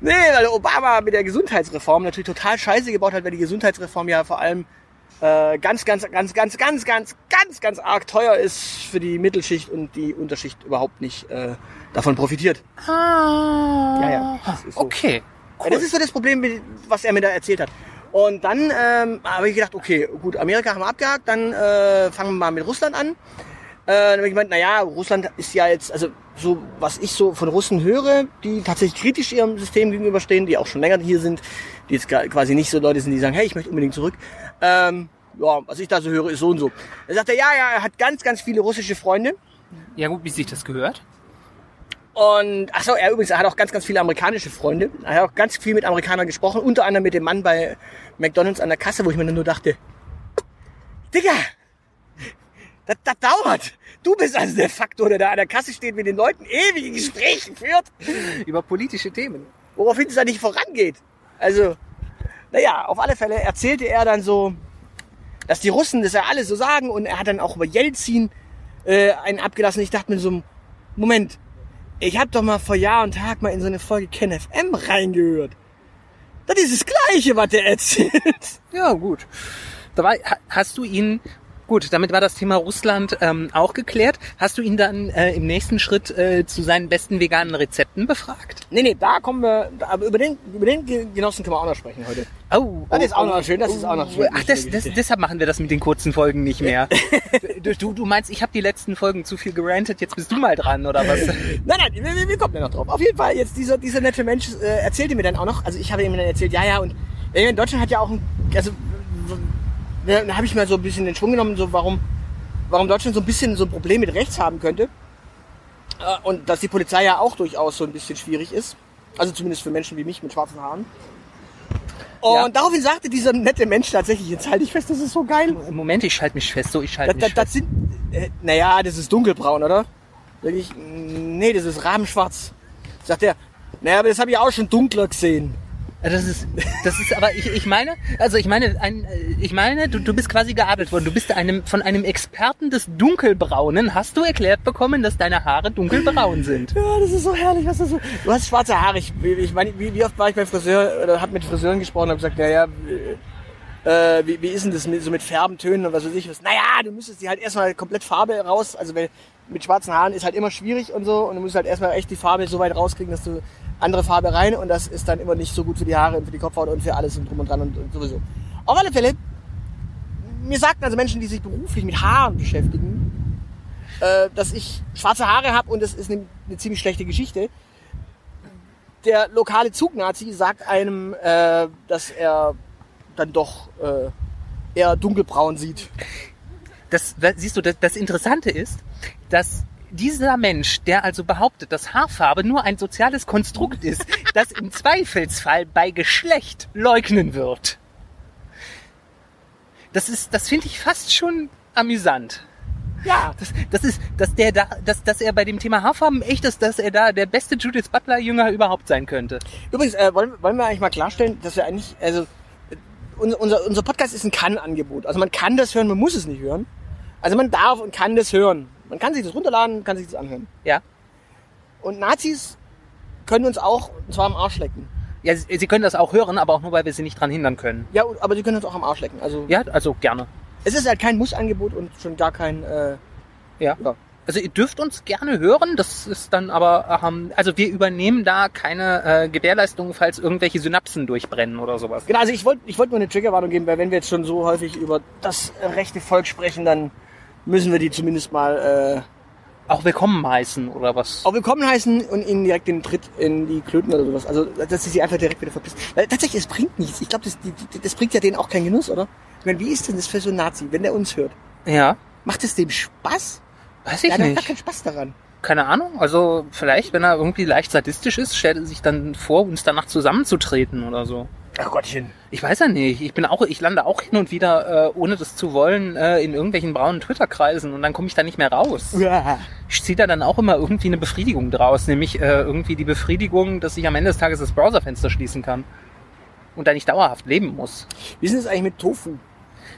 [SPEAKER 2] Nee, weil Obama mit der Gesundheitsreform natürlich total scheiße gebaut hat, weil die Gesundheitsreform ja vor allem äh, ganz, ganz, ganz, ganz, ganz, ganz, ganz, ganz arg teuer ist für die Mittelschicht und die Unterschicht überhaupt nicht äh, davon profitiert.
[SPEAKER 1] Ah.
[SPEAKER 2] Ja, ja, das ist so.
[SPEAKER 1] Okay.
[SPEAKER 2] Ja, das ist so das Problem, mit- was er mir da erzählt hat. Und dann ähm, habe ich gedacht, okay, gut, Amerika haben wir abgehakt, dann äh, fangen wir mal mit Russland an. Äh, dann habe ich gemeint, naja, Russland ist ja jetzt, also so, was ich so von Russen höre, die tatsächlich kritisch ihrem System gegenüberstehen, die auch schon länger hier sind, die jetzt gra- quasi nicht so Leute sind, die sagen, hey, ich möchte unbedingt zurück. Ähm, ja, was ich da so höre, ist so und so. Er sagte, ja, ja, er hat ganz, ganz viele russische Freunde.
[SPEAKER 1] Ja gut, wie sich das gehört.
[SPEAKER 2] Und ach so, er übrigens, er hat auch ganz, ganz viele amerikanische Freunde. Er hat auch ganz viel mit Amerikanern gesprochen, unter anderem mit dem Mann bei McDonalds an der Kasse, wo ich mir dann nur dachte, Digga, das, das dauert. Du bist also der Faktor, der da an der Kasse steht, mit den Leuten ewige Gespräche führt,
[SPEAKER 1] Über politische Themen.
[SPEAKER 2] woraufhin es da nicht vorangeht. Also, naja, auf alle Fälle erzählte er dann so, dass die Russen das ja alles so sagen und er hat dann auch über Jelzin äh, einen abgelassen. Ich dachte mir so, Moment, ich habe doch mal vor Jahr und Tag mal in so eine Folge KenFM reingehört. Das ist das Gleiche, was der erzählt.
[SPEAKER 1] Ja gut. Dabei ha- hast du ihn... Gut, damit war das Thema Russland ähm, auch geklärt. Hast du ihn dann äh, im nächsten Schritt äh, zu seinen besten veganen Rezepten befragt?
[SPEAKER 2] Nee, nee, da kommen wir, da- aber über den, über den Ge- Genossen können wir auch noch sprechen heute.
[SPEAKER 1] Oh,
[SPEAKER 2] Das ist auch noch schön, das ist auch noch schön.
[SPEAKER 1] Ach, das, das, deshalb machen wir das mit den kurzen Folgen nicht mehr. du, du, du meinst, ich habe die letzten Folgen zu viel gerantet, jetzt bist du mal dran, oder was?
[SPEAKER 2] Nein, nein, wir, wir- wir kommen da noch drauf. Auf jeden Fall, jetzt dieser, dieser nette Mensch äh, erzählte mir dann auch noch, also ich habe ihm dann erzählt, ja, ja, und ja, ja, in Deutschland hat ja auch ein, also so- ja, dann habe ich mal so ein bisschen den Schwung genommen, so warum, warum Deutschland so ein bisschen so ein Problem mit rechts haben könnte. Äh, und dass die Polizei ja auch durchaus so ein bisschen schwierig ist. Also zumindest für Menschen wie mich mit schwarzen Haaren. Und
[SPEAKER 1] Ja.
[SPEAKER 2] daraufhin sagte dieser nette Mensch tatsächlich, jetzt halte ich fest, das ist so geil.
[SPEAKER 1] Moment, ich schalte mich fest, so, ich
[SPEAKER 2] Das,
[SPEAKER 1] schalte
[SPEAKER 2] das,
[SPEAKER 1] mich
[SPEAKER 2] das
[SPEAKER 1] halt fest.
[SPEAKER 2] sind, äh, naja, das ist dunkelbraun, oder? Sag ich, nee, das ist rabenschwarz. Sagt er, naja, aber das habe ich auch schon dunkler gesehen.
[SPEAKER 1] Das ist, das ist aber, ich, ich meine, also ich meine, ein, äh, ich meine, du, du bist quasi geadelt worden. Du bist einem, von einem Experten des Dunkelbraunen hast du erklärt bekommen, dass deine Haare dunkelbraun sind.
[SPEAKER 2] Ja, das ist so herrlich, was das so. Du hast schwarze Haare. Ich, ich meine, wie, wie oft war ich beim Friseur oder hab mit Friseuren gesprochen und hab gesagt, naja, äh, wie, wie ist denn das mit, so mit Färben, Tönen und was weiß ich was? Naja, du müsstest die halt erstmal komplett Farbe raus. Also weil mit schwarzen Haaren ist halt immer schwierig und so. Und du musst halt erstmal echt die Farbe so weit rauskriegen, dass du andere Farbe rein und das ist dann immer nicht so gut für die Haare und für die Kopfhaut und für alles und drum und dran und, und sowieso. Auf alle Fälle, mir sagten also Menschen, die sich beruflich mit Haaren beschäftigen, äh, dass ich schwarze Haare habe und das ist eine, eine ziemlich schlechte Geschichte. Der lokale Zugnazi sagt einem, äh, dass er dann doch äh, eher dunkelbraun sieht.
[SPEAKER 1] das, das siehst du, das, das Interessante ist, dass dieser Mensch, der also behauptet, dass Haarfarbe nur ein soziales Konstrukt ist, das im Zweifelsfall bei Geschlecht leugnen wird. Das ist, das finde ich fast schon amüsant.
[SPEAKER 2] Ja,
[SPEAKER 1] Das, das ist, dass der da, dass, dass er bei dem Thema Haarfarben echt ist, dass er da der beste Judith Butler Jünger überhaupt sein könnte.
[SPEAKER 2] Übrigens, äh, wollen, wollen wir eigentlich mal klarstellen, dass wir eigentlich, also äh, unser, unser, unser Podcast ist ein Kann-Angebot. Also man kann das hören, man muss es nicht hören. Also man darf und kann das hören. Man kann sich das runterladen, kann sich das anhören.
[SPEAKER 1] Ja.
[SPEAKER 2] Und Nazis können uns auch, und zwar am Arsch lecken.
[SPEAKER 1] ja, Sie Sie können das auch hören, aber auch nur, weil wir Sie nicht dran hindern können.
[SPEAKER 2] Ja, aber sie können uns auch am Arsch lecken. Also
[SPEAKER 1] Ja, also gerne.
[SPEAKER 2] es ist halt kein Muss-Angebot und schon gar kein... Äh,
[SPEAKER 1] Ja.
[SPEAKER 2] ja.
[SPEAKER 1] Also ihr dürft uns gerne hören, das ist dann aber, ähm, also wir übernehmen da keine äh, Gewährleistung, falls irgendwelche Synapsen durchbrennen oder sowas.
[SPEAKER 2] Genau, also ich wollte ich wollte nur eine Triggerwarnung geben, weil wenn wir jetzt schon so häufig über das rechte Volk sprechen, dann müssen wir die zumindest mal äh,
[SPEAKER 1] Auch willkommen heißen oder was?
[SPEAKER 2] auch willkommen heißen und ihnen direkt den Tritt in die Klöten oder sowas. Also, dass sie sie einfach direkt wieder verpissen. Weil tatsächlich, es bringt nichts. Ich glaube, das, die- die- das bringt ja denen auch keinen Genuss, oder? Ich meine, wie ist denn das für so einen Nazi, wenn der uns hört?
[SPEAKER 1] Ja,
[SPEAKER 2] Macht es dem Spaß?
[SPEAKER 1] weiß
[SPEAKER 2] ja,
[SPEAKER 1] ich
[SPEAKER 2] der hat gar
[SPEAKER 1] nicht.
[SPEAKER 2] keinen Spaß daran.
[SPEAKER 1] Keine Ahnung, also vielleicht, wenn er irgendwie leicht sadistisch ist, stellt er sich dann vor, uns danach zusammenzutreten oder so.
[SPEAKER 2] Ach Gottchen.
[SPEAKER 1] Ich weiß ja nicht. Ich bin auch, ich lande auch hin und wieder, äh, ohne das zu wollen, äh, in irgendwelchen braunen Twitter-Kreisen und dann komme ich da nicht mehr raus.
[SPEAKER 2] Ja.
[SPEAKER 1] Ich ziehe da dann auch immer irgendwie eine Befriedigung draus, nämlich äh, irgendwie die Befriedigung, dass ich am Ende des Tages das Browserfenster schließen kann und da nicht dauerhaft leben muss.
[SPEAKER 2] Wie ist denn das eigentlich mit Tofu?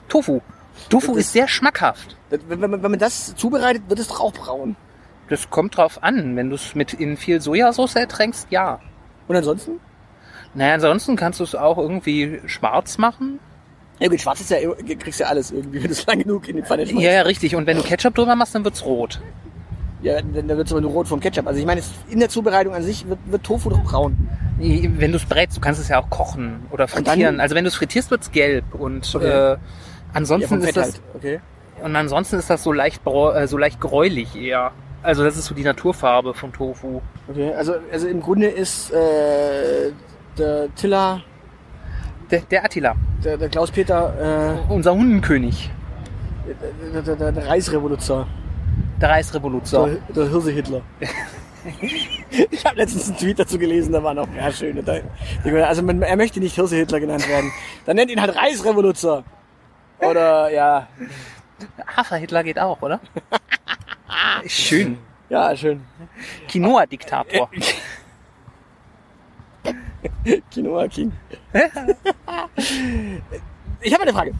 [SPEAKER 1] Tofu. Tofu
[SPEAKER 2] Das-
[SPEAKER 1] ist sehr schmackhaft.
[SPEAKER 2] Das- Wenn wenn man, wenn man das zubereitet, wird es doch auch braun.
[SPEAKER 1] Das kommt drauf an. Wenn du es mit in viel Sojasauce ertränkst, ja.
[SPEAKER 2] Und ansonsten?
[SPEAKER 1] Naja, ansonsten kannst du es auch irgendwie schwarz machen.
[SPEAKER 2] Ja gut, schwarz ist ja, kriegst ja alles irgendwie, wenn du es lang genug in die Pfanne schmeißt.
[SPEAKER 1] Ja, ja, richtig. Und wenn du Ketchup drüber machst, dann wird's rot.
[SPEAKER 2] Ja, dann dann wird's aber nur rot vom Ketchup. Also ich meine, es- in der Zubereitung an sich wird, wird Tofu doch braun.
[SPEAKER 1] Wenn du es brätst, du kannst es ja auch kochen oder
[SPEAKER 2] Und dann-
[SPEAKER 1] frittieren. Also wenn du es frittierst, wird's gelb. Und
[SPEAKER 2] Okay.
[SPEAKER 1] äh, ansonsten ist das
[SPEAKER 2] halt. Okay.
[SPEAKER 1] und ansonsten ist das so leicht brau- äh, so leicht gräulich eher. Also das ist so die Naturfarbe vom Tofu.
[SPEAKER 2] okay. Also, also im Grunde ist äh, der Tiller,
[SPEAKER 1] Der, der Attila,
[SPEAKER 2] der, der Klaus-Peter,
[SPEAKER 1] unser Hundenkönig,
[SPEAKER 2] äh, der, der, der, der Reisrevolution.
[SPEAKER 1] der Reisrevolution.
[SPEAKER 2] Der, der Hirse-Hitler. ich habe letztens einen Tweet dazu gelesen, da waren auch ja, schöne Teile. Also man, er möchte nicht Hirse-Hitler genannt werden. Dann nennt ihn halt Reisrevolution. Oder ja,
[SPEAKER 1] Hafer-Hitler geht auch, oder? Schön.
[SPEAKER 2] ja, schön.
[SPEAKER 1] Quinoa-Diktator.
[SPEAKER 2] Quinoa King. ich habe eine Frage.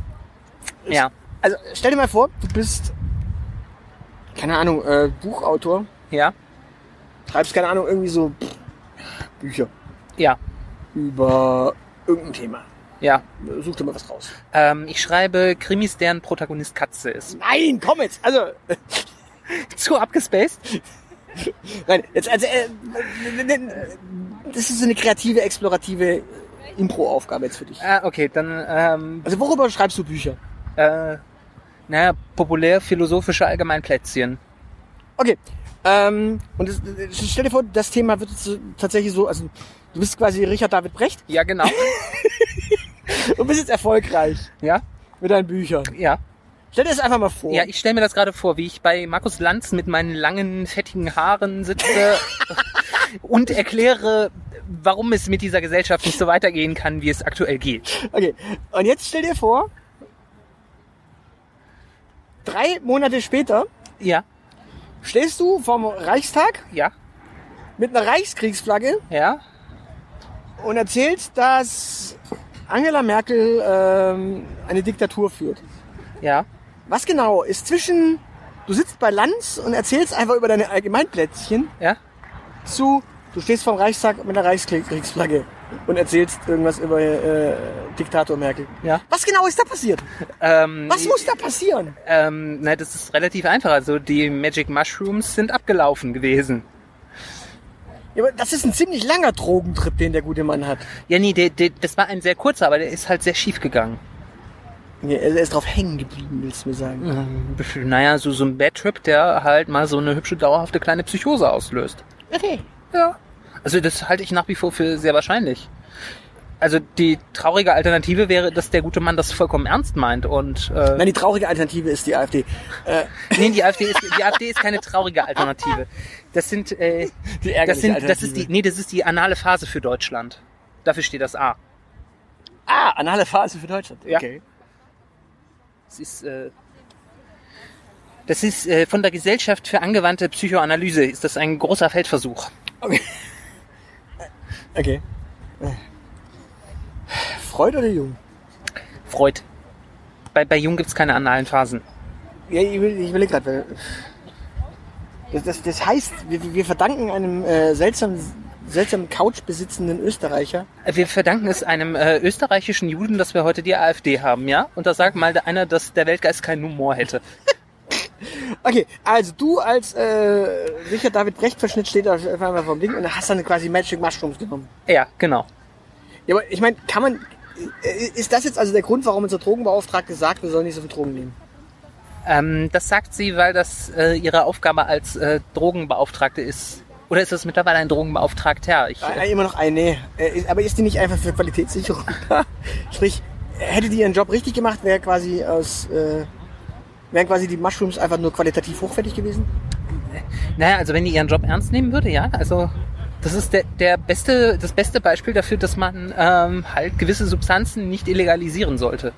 [SPEAKER 1] Ja,
[SPEAKER 2] Also stell dir mal vor, du bist, keine Ahnung, äh, Buchautor,
[SPEAKER 1] ja,
[SPEAKER 2] schreibst, keine Ahnung, irgendwie so pff, Bücher
[SPEAKER 1] ja,
[SPEAKER 2] über irgendein Thema.
[SPEAKER 1] ja.
[SPEAKER 2] Such dir mal was raus.
[SPEAKER 1] Ähm, ich schreibe Krimis, deren Protagonist Katze ist.
[SPEAKER 2] Nein, komm jetzt. Also,
[SPEAKER 1] Zu abgespaced?
[SPEAKER 2] nein, jetzt, also, äh, das ist so eine kreative, explorative Impro-Aufgabe jetzt für dich.
[SPEAKER 1] Ah, okay, dann ähm,
[SPEAKER 2] Also, worüber schreibst du Bücher?
[SPEAKER 1] äh, naja, populär-philosophische Allgemeinplätzchen.
[SPEAKER 2] Okay. Ähm, und das, das- stell dir vor, das Thema wird jetzt so- tatsächlich so, also du bist quasi Richard David Brecht
[SPEAKER 1] Ja, genau.
[SPEAKER 2] und bist jetzt erfolgreich
[SPEAKER 1] ja,
[SPEAKER 2] mit deinen Büchern.
[SPEAKER 1] ja.
[SPEAKER 2] Stell dir das einfach mal vor.
[SPEAKER 1] Ja, ich stelle mir das gerade vor, wie ich bei Markus Lanz mit meinen langen, fettigen Haaren sitze und erkläre, warum es mit dieser Gesellschaft nicht so weitergehen kann, wie es aktuell geht.
[SPEAKER 2] okay. Und jetzt stell dir vor, drei Monate später
[SPEAKER 1] Ja,
[SPEAKER 2] stehst du vom Reichstag
[SPEAKER 1] ja,
[SPEAKER 2] mit einer Reichskriegsflagge
[SPEAKER 1] ja.
[SPEAKER 2] und erzählst, dass Angela Merkel ähm, eine Diktatur führt.
[SPEAKER 1] Ja.
[SPEAKER 2] Was genau ist zwischen, du sitzt bei Lanz und erzählst einfach über deine Allgemeinplätzchen
[SPEAKER 1] Ja.
[SPEAKER 2] zu, du stehst vom Reichstag mit einer Reichskriegsflagge und erzählst irgendwas über äh, Diktator Merkel.
[SPEAKER 1] Ja.
[SPEAKER 2] Was genau ist da passiert?
[SPEAKER 1] Ähm,
[SPEAKER 2] Was muss da passieren?
[SPEAKER 1] Ähm, na, das ist relativ einfach. Also die Magic Mushrooms sind abgelaufen gewesen.
[SPEAKER 2] Ja, aber das ist ein ziemlich langer Drogentrip, den der gute Mann hat.
[SPEAKER 1] Ja, nee, der, der, das war ein sehr kurzer, aber der ist halt sehr schief gegangen.
[SPEAKER 2] Ja, Er er ist drauf hängen geblieben, willst du mir sagen.
[SPEAKER 1] Ähm, Naja, so, so ein Bad Trip, der halt mal so eine hübsche, dauerhafte kleine Psychose auslöst.
[SPEAKER 2] Okay.
[SPEAKER 1] Ja. Also das halte ich nach wie vor für sehr wahrscheinlich. Also die traurige Alternative wäre, dass der gute Mann das vollkommen ernst meint und äh,
[SPEAKER 2] Nein, die traurige Alternative ist die AfD. Äh,
[SPEAKER 1] nee, die AfD ist die AfD ist keine traurige Alternative. Das sind äh,
[SPEAKER 2] die ärgerliche
[SPEAKER 1] das sind
[SPEAKER 2] Alternative.
[SPEAKER 1] das ist die nee, das ist die anale Phase für Deutschland. Dafür steht das A.
[SPEAKER 2] Ah, anale Phase für Deutschland.
[SPEAKER 1] Ja.
[SPEAKER 2] Okay.
[SPEAKER 1] Das ist, äh, das ist äh, von der Gesellschaft für angewandte Psychoanalyse ist das ein großer Feldversuch.
[SPEAKER 2] Okay. Äh. Freud oder Jung?
[SPEAKER 1] Freud. Bei, bei Jung gibt's keine analen Phasen.
[SPEAKER 2] Ja, ich will, ich will gerade, weil Das, das, das heißt, wir, wir verdanken einem äh, seltsamen, seltsamen Couch besitzenden Österreicher.
[SPEAKER 1] Wir verdanken es einem äh, österreichischen Juden, dass wir heute die AfD haben, ja? Und da sagt mal einer, dass der Weltgeist keinen Humor hätte.
[SPEAKER 2] Okay, also du als äh, Richard David Brecht Verschnitt steht auf einmal vom Ding und hast dann quasi Magic Mushrooms genommen.
[SPEAKER 1] Ja, genau.
[SPEAKER 2] Ja, aber ich meine, kann man. äh, Ist das jetzt also der Grund, warum unser Drogenbeauftragte sagt, wir sollen nicht so viel Drogen nehmen?
[SPEAKER 1] Ähm, das sagt sie, weil das äh, ihre Aufgabe als äh, Drogenbeauftragte ist. Oder ist das mittlerweile ein Drogenbeauftragter? Ich,
[SPEAKER 2] Äh, immer noch ein, nee. Äh, ist- Aber ist die nicht einfach für Qualitätssicherung da? Sprich, hätte die ihren Job richtig gemacht, wäre quasi aus. Äh, wären quasi die Mushrooms einfach nur qualitativ hochwertig gewesen?
[SPEAKER 1] Naja, also wenn die ihren Job ernst nehmen würde, ja, also das ist der, der beste, das beste Beispiel dafür, dass man ähm, halt gewisse Substanzen nicht illegalisieren sollte.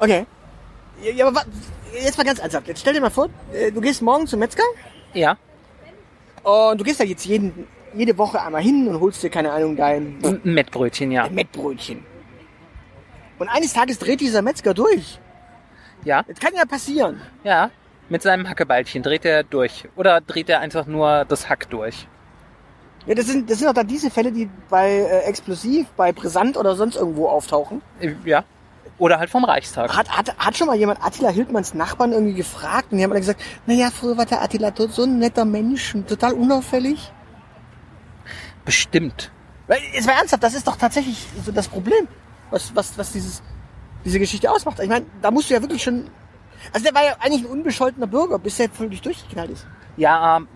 [SPEAKER 2] Okay. Ja, Ja, aber wa- jetzt mal ganz ernsthaft. Jetzt stell dir mal vor, äh, du gehst morgen zum Metzger
[SPEAKER 1] Ja.
[SPEAKER 2] und du gehst da jetzt jeden, jede Woche einmal hin und holst dir, keine Ahnung, dein
[SPEAKER 1] Ein Mettbrötchen, ja.
[SPEAKER 2] Mettbrötchen. Und eines Tages dreht dieser Metzger durch.
[SPEAKER 1] Ja,
[SPEAKER 2] Das kann ja passieren.
[SPEAKER 1] ja. Mit seinem Hackeballchen dreht er durch. Oder dreht er einfach nur das Hack durch.
[SPEAKER 2] Ja, das sind, das sind auch dann diese Fälle, die bei äh, Explosiv, bei Brisant oder sonst irgendwo auftauchen.
[SPEAKER 1] Äh, Ja. Oder halt vom Reichstag.
[SPEAKER 2] Hat, hat, hat schon mal jemand Attila Hildmanns Nachbarn irgendwie gefragt und die haben alle gesagt, naja, früher war der Attila tot so ein netter Mensch und total unauffällig.
[SPEAKER 1] Bestimmt.
[SPEAKER 2] Weil, jetzt mal ernsthaft, das ist doch tatsächlich so das Problem, was, was, was dieses, diese Geschichte ausmacht. Ich meine, da musst du ja wirklich schon... Also der war ja eigentlich ein unbescholtener Bürger, bis er völlig durchgeknallt ist.
[SPEAKER 1] Ja, ähm,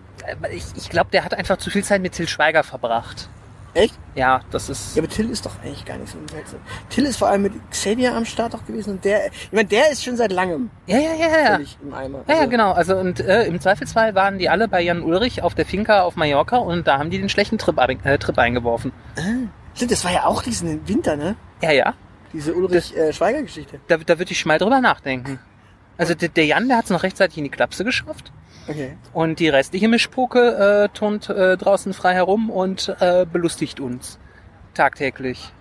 [SPEAKER 1] ich, ich glaube, der hat einfach zu viel Zeit mit Till Schweiger verbracht.
[SPEAKER 2] Echt?
[SPEAKER 1] Ja, das ist.
[SPEAKER 2] Ja, aber Till ist doch eigentlich gar nicht so unseltsam. Till ist vor allem mit Xavier am Start auch gewesen und der, ich meine, der ist schon seit langem
[SPEAKER 1] Ja, ja, ja, ja.
[SPEAKER 2] völlig im Eimer.
[SPEAKER 1] Ja, ja,
[SPEAKER 2] Also-
[SPEAKER 1] genau. Also und äh, im Zweifelsfall waren die alle bei Jan Ulrich auf der Finca auf Mallorca und da haben die den schlechten Trip, ein- äh, Trip eingeworfen.
[SPEAKER 2] Stimmt, das war ja auch diesen Winter, ne?
[SPEAKER 1] Ja, ja.
[SPEAKER 2] Diese äh, Ulrich-Schweiger-Geschichte.
[SPEAKER 1] Da, da würde ich mal drüber nachdenken. Also der, der Jan, der hat es noch rechtzeitig in die Klapse geschafft
[SPEAKER 2] Okay.
[SPEAKER 1] und die restliche Mischpoke äh, turnt äh, draußen frei herum und äh, belustigt uns tagtäglich.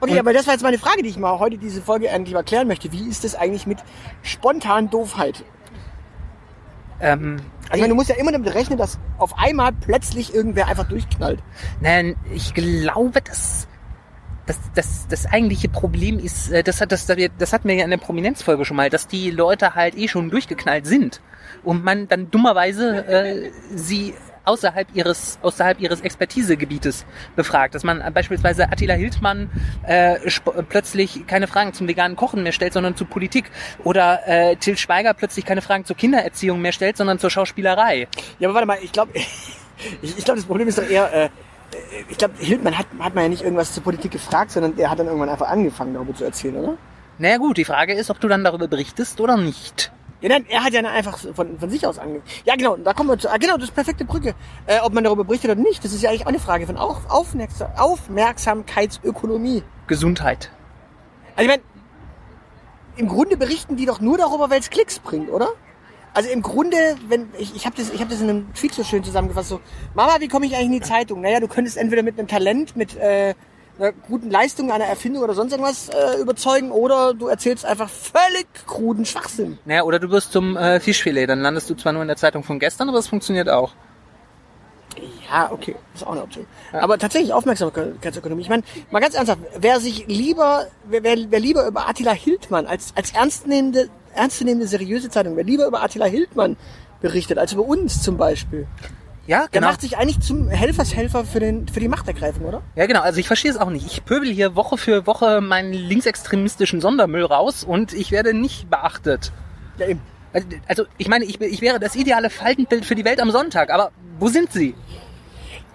[SPEAKER 2] Okay,
[SPEAKER 1] Und-
[SPEAKER 2] aber das war jetzt meine Frage, die ich mal heute diese Folge endlich mal klären möchte. Wie ist das eigentlich mit spontan Doofheit?
[SPEAKER 1] Ähm,
[SPEAKER 2] Also ich meine, du musst ja immer damit rechnen, dass auf einmal plötzlich irgendwer einfach durchknallt.
[SPEAKER 1] Nein, ich glaube, dass das, das, das eigentliche Problem ist, äh, das, hat, das, das hatten wir ja in der Prominenzfolge schon mal, dass die Leute halt eh schon durchgeknallt sind und man dann dummerweise äh, sie außerhalb ihres außerhalb ihres Expertisegebietes befragt, dass man beispielsweise Attila Hildmann äh, sp- äh, plötzlich keine Fragen zum veganen Kochen mehr stellt, sondern zu Politik oder äh, Till Schweiger plötzlich keine Fragen zur Kindererziehung mehr stellt, sondern zur Schauspielerei.
[SPEAKER 2] Ja, aber warte mal, ich glaube, ich, ich glaube, das Problem ist doch eher, äh, ich glaube, Hildmann hat, hat man ja nicht irgendwas zur Politik gefragt, sondern er hat dann irgendwann einfach angefangen, darüber zu erzählen, oder?
[SPEAKER 1] Na ja, gut, die Frage ist, ob du dann darüber berichtest oder nicht.
[SPEAKER 2] Ja, nein, er hat ja einfach von, von sich aus ange... Ja, genau, da kommen wir zu... Ah, genau, das ist perfekte Brücke. Äh, ob man darüber berichtet oder nicht, das ist ja eigentlich auch eine Frage von Auf Aufmerksam Aufmerksamkeitsökonomie.
[SPEAKER 1] Gesundheit.
[SPEAKER 2] Also ich meine, im Grunde berichten die doch nur darüber, weil es Klicks bringt, oder? Also im Grunde, wenn ich, ich habe das, ich hab das in einem Tweet so schön zusammengefasst, so, Mama, wie komme ich eigentlich in die Zeitung? Naja, du könntest entweder mit einem Talent, mit äh, einer guten Leistung, einer Erfindung oder sonst irgendwas äh, überzeugen, oder du erzählst einfach völlig kruden Schwachsinn.
[SPEAKER 1] Naja, oder du wirst zum äh, Fischfilet, dann landest du zwar nur in der Zeitung von gestern, aber es funktioniert auch.
[SPEAKER 2] Ja, okay, ist auch eine Option. Aber tatsächlich Aufmerksamkeitsökonomie. Ich meine, mal ganz ernsthaft, wer sich lieber, wer, wer, wer lieber über Attila Hildmann als, als ernstnehmende, ernstzunehmende, seriöse Zeitung, wer lieber über Attila Hildmann berichtet, als über uns zum Beispiel,
[SPEAKER 1] Ja,
[SPEAKER 2] der
[SPEAKER 1] genau.
[SPEAKER 2] macht sich eigentlich zum Helfershelfer für, den, für die Machtergreifung, oder?
[SPEAKER 1] Ja, genau. Also ich verstehe es auch nicht. Ich pöbel hier Woche für Woche meinen linksextremistischen Sondermüll raus und ich werde nicht beachtet.
[SPEAKER 2] Ja, eben.
[SPEAKER 1] Also- Also ich meine, ich, ich wäre das ideale Faltenbild für die Welt am Sonntag, aber wo sind sie?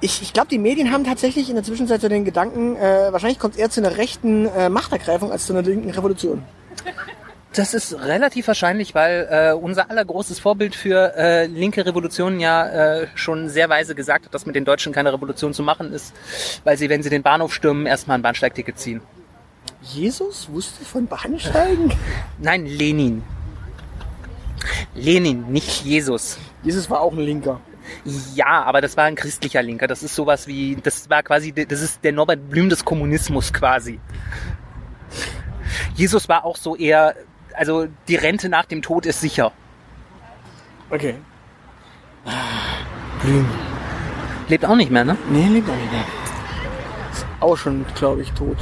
[SPEAKER 2] Ich, ich glaube, die Medien haben tatsächlich in der Zwischenzeit so den Gedanken, äh, wahrscheinlich kommt es eher zu einer rechten äh, Machtergreifung als zu einer linken Revolution.
[SPEAKER 1] Das ist relativ wahrscheinlich, weil äh, unser aller großes Vorbild für äh, linke Revolutionen ja äh, schon sehr weise gesagt hat, dass mit den Deutschen keine Revolution zu machen ist, weil sie, wenn sie den Bahnhof stürmen, erstmal ein Bahnsteigticket ziehen.
[SPEAKER 2] Jesus wusste von Bahnsteigen?
[SPEAKER 1] Nein, Lenin. Lenin, nicht Jesus.
[SPEAKER 2] Jesus war auch ein Linker.
[SPEAKER 1] Ja, aber das war ein christlicher Linker. Das ist sowas wie, das war quasi, das ist der Norbert Blüm des Kommunismus quasi. Jesus war auch so eher, also die Rente nach dem Tod ist sicher.
[SPEAKER 2] Okay. Blüm.
[SPEAKER 1] Lebt auch nicht mehr, ne?
[SPEAKER 2] Nee, lebt auch nicht mehr. Ist auch schon, glaube ich, tot.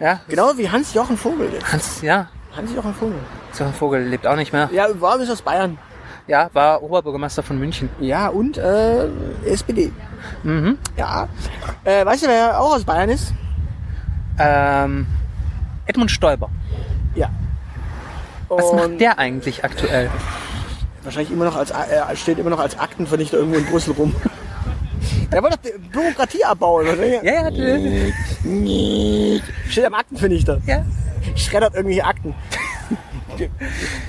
[SPEAKER 1] Ja.
[SPEAKER 2] Genau wie Hans-Jochen Vogel. jetzt.
[SPEAKER 1] Hans, ja.
[SPEAKER 2] Hans-Jochen Vogel.
[SPEAKER 1] So ein Vogel lebt auch nicht mehr.
[SPEAKER 2] Ja, warum ist aus Bayern?
[SPEAKER 1] Ja, war Oberbürgermeister von München.
[SPEAKER 2] Ja, und äh, SPD.
[SPEAKER 1] Mhm.
[SPEAKER 2] Ja. Äh, weißt du, wer auch aus Bayern ist?
[SPEAKER 1] Ähm, Edmund Stoiber.
[SPEAKER 2] Ja.
[SPEAKER 1] Was macht
[SPEAKER 2] Und
[SPEAKER 1] der eigentlich aktuell?
[SPEAKER 2] Wahrscheinlich immer noch als äh, steht immer noch als Aktenvernichter irgendwo in Brüssel rum. Der wollte doch die Bürokratie abbauen, oder?
[SPEAKER 1] Ja, ja,
[SPEAKER 2] Steht am Aktenvernichter.
[SPEAKER 1] ja.
[SPEAKER 2] Schreddert irgendwelche Akten.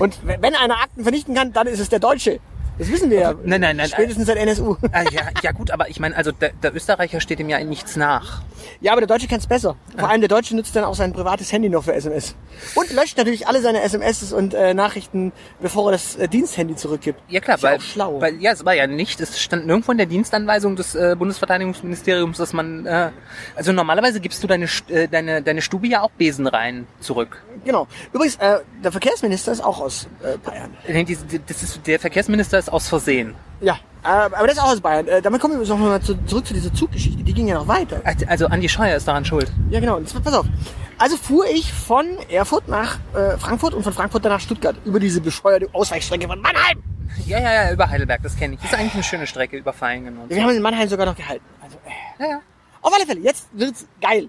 [SPEAKER 2] Und w- wenn einer Akten vernichten kann, dann ist es der Deutsche. Das wissen wir ja.
[SPEAKER 1] Nein, nein, nein.
[SPEAKER 2] Spätestens seit NSU.
[SPEAKER 1] Ah, ja, ja gut, aber ich meine, also der, der Österreicher steht ihm ja in nichts nach.
[SPEAKER 2] Ja, aber der Deutsche kann es besser. Vor allem der Deutsche nutzt dann auch sein privates Handy noch für SMS. Und löscht natürlich alle seine SMS und äh, Nachrichten, bevor er das äh, Diensthandy zurückgibt.
[SPEAKER 1] Ja klar,
[SPEAKER 2] Ist
[SPEAKER 1] weil,
[SPEAKER 2] auch schlau.
[SPEAKER 1] weil ja, es war ja nicht, es stand nirgendwo in der Dienstanweisung des äh, Bundesverteidigungsministeriums, dass man äh, also normalerweise gibst du deine St- äh, deine deine Stube ja auch Besen rein zurück.
[SPEAKER 2] genau. Übrigens, äh, der Verkehrsminister ist auch aus äh, Bayern.
[SPEAKER 1] Nee, die, die- das ist, der Verkehrsminister ist aus Versehen.
[SPEAKER 2] Ja, äh, aber das ist auch aus Bayern. Äh, damit kommen wir übrigens noch mal zu, zurück zu dieser Zuggeschichte. Die ging ja noch weiter.
[SPEAKER 1] Also Andi Scheuer ist daran schuld.
[SPEAKER 2] Ja, genau. Und zwar- pass auf. Also fuhr ich von Erfurt nach äh, Frankfurt und von Frankfurt dann nach Stuttgart über diese bescheuerte Ausweichstrecke von Mannheim.
[SPEAKER 1] Ja, ja, ja, über Heidelberg, das kenne ich. Das ist eigentlich eine schöne Strecke über Feingen und so.
[SPEAKER 2] Wir haben in Mannheim sogar noch gehalten. Also, äh,
[SPEAKER 1] Ja, ja.
[SPEAKER 2] Auf alle Fälle, jetzt wird's geil.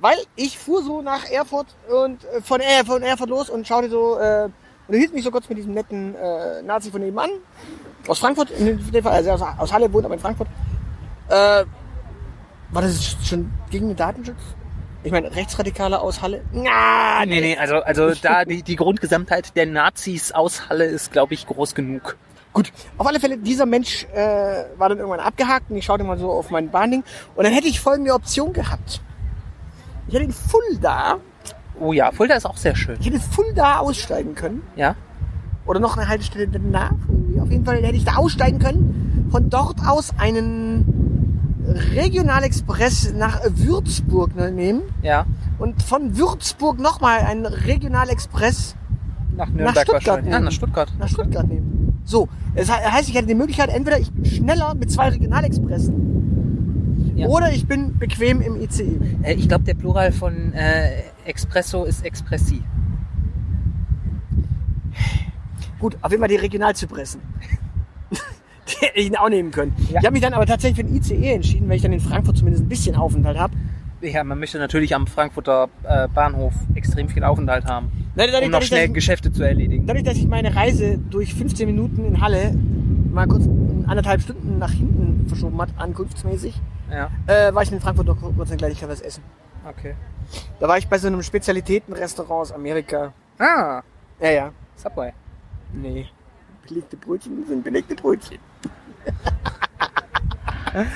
[SPEAKER 2] Weil ich fuhr so nach Erfurt und äh, von, äh, von Erfurt los und schaute so, äh, und hielt mich so kurz mit diesem netten äh, Nazi von nebenan. Aus Frankfurt, in dem Fall, also aus, aus Halle wohnt, aber in Frankfurt. Äh, war das schon gegen den Datenschutz? Ich meine, Rechtsradikale aus Halle? Na,
[SPEAKER 1] Nee, nee, also, also da die, die Grundgesamtheit der Nazis aus Halle ist, glaube ich, groß genug.
[SPEAKER 2] Gut, auf alle Fälle, dieser Mensch äh, war dann irgendwann abgehakt und ich schaute mal so auf mein Bahnding und dann hätte ich folgende Option gehabt. Ich hätte in Fulda,
[SPEAKER 1] Oh ja, Fulda ist auch sehr schön.
[SPEAKER 2] ich hätte in Fulda aussteigen können
[SPEAKER 1] Ja?
[SPEAKER 2] oder noch eine Haltestelle danach. irgendwie. Auf jeden Fall hätte ich da aussteigen können, von dort aus einen Regionalexpress nach Würzburg nehmen
[SPEAKER 1] Ja.
[SPEAKER 2] und von Würzburg nochmal einen Regionalexpress
[SPEAKER 1] Nach
[SPEAKER 2] Stuttgart
[SPEAKER 1] wahrscheinlich. Ja,
[SPEAKER 2] nehmen.
[SPEAKER 1] nach Stuttgart.
[SPEAKER 2] nach Stuttgart nehmen. So, es he- heißt, ich hätte die Möglichkeit, entweder ich bin schneller mit zwei Regionalexpressen
[SPEAKER 1] Ja.
[SPEAKER 2] oder ich bin bequem im E. ICE.
[SPEAKER 1] Äh, ich glaube, der Plural von äh, Expresso ist Expressi.
[SPEAKER 2] Gut, auf jeden Fall die Regionalzypressen. die hätte ich ihn auch nehmen können.
[SPEAKER 1] Ja.
[SPEAKER 2] Ich habe mich dann aber tatsächlich für den ICE entschieden, weil ich dann in Frankfurt zumindest ein bisschen Aufenthalt habe.
[SPEAKER 1] Ja, man möchte natürlich am Frankfurter äh, Bahnhof extrem viel Aufenthalt haben, um
[SPEAKER 2] Dadurch,
[SPEAKER 1] noch
[SPEAKER 2] dadurch, dass
[SPEAKER 1] schnell
[SPEAKER 2] ich,
[SPEAKER 1] Geschäfte zu erledigen.
[SPEAKER 2] dadurch, dass ich meine Reise durch 15 Minuten in Halle mal kurz in anderthalb Stunden nach hinten verschoben hat, ankunftsmäßig,
[SPEAKER 1] Ja,
[SPEAKER 2] äh, war ich in Frankfurt noch kurz eine Kleinigkeit was essen.
[SPEAKER 1] okay.
[SPEAKER 2] Da war ich bei so einem Spezialitätenrestaurant aus Amerika.
[SPEAKER 1] Ah,
[SPEAKER 2] Ja, ja.
[SPEAKER 1] Subway.
[SPEAKER 2] Nee. Belegte Brötchen sind belegte Brötchen.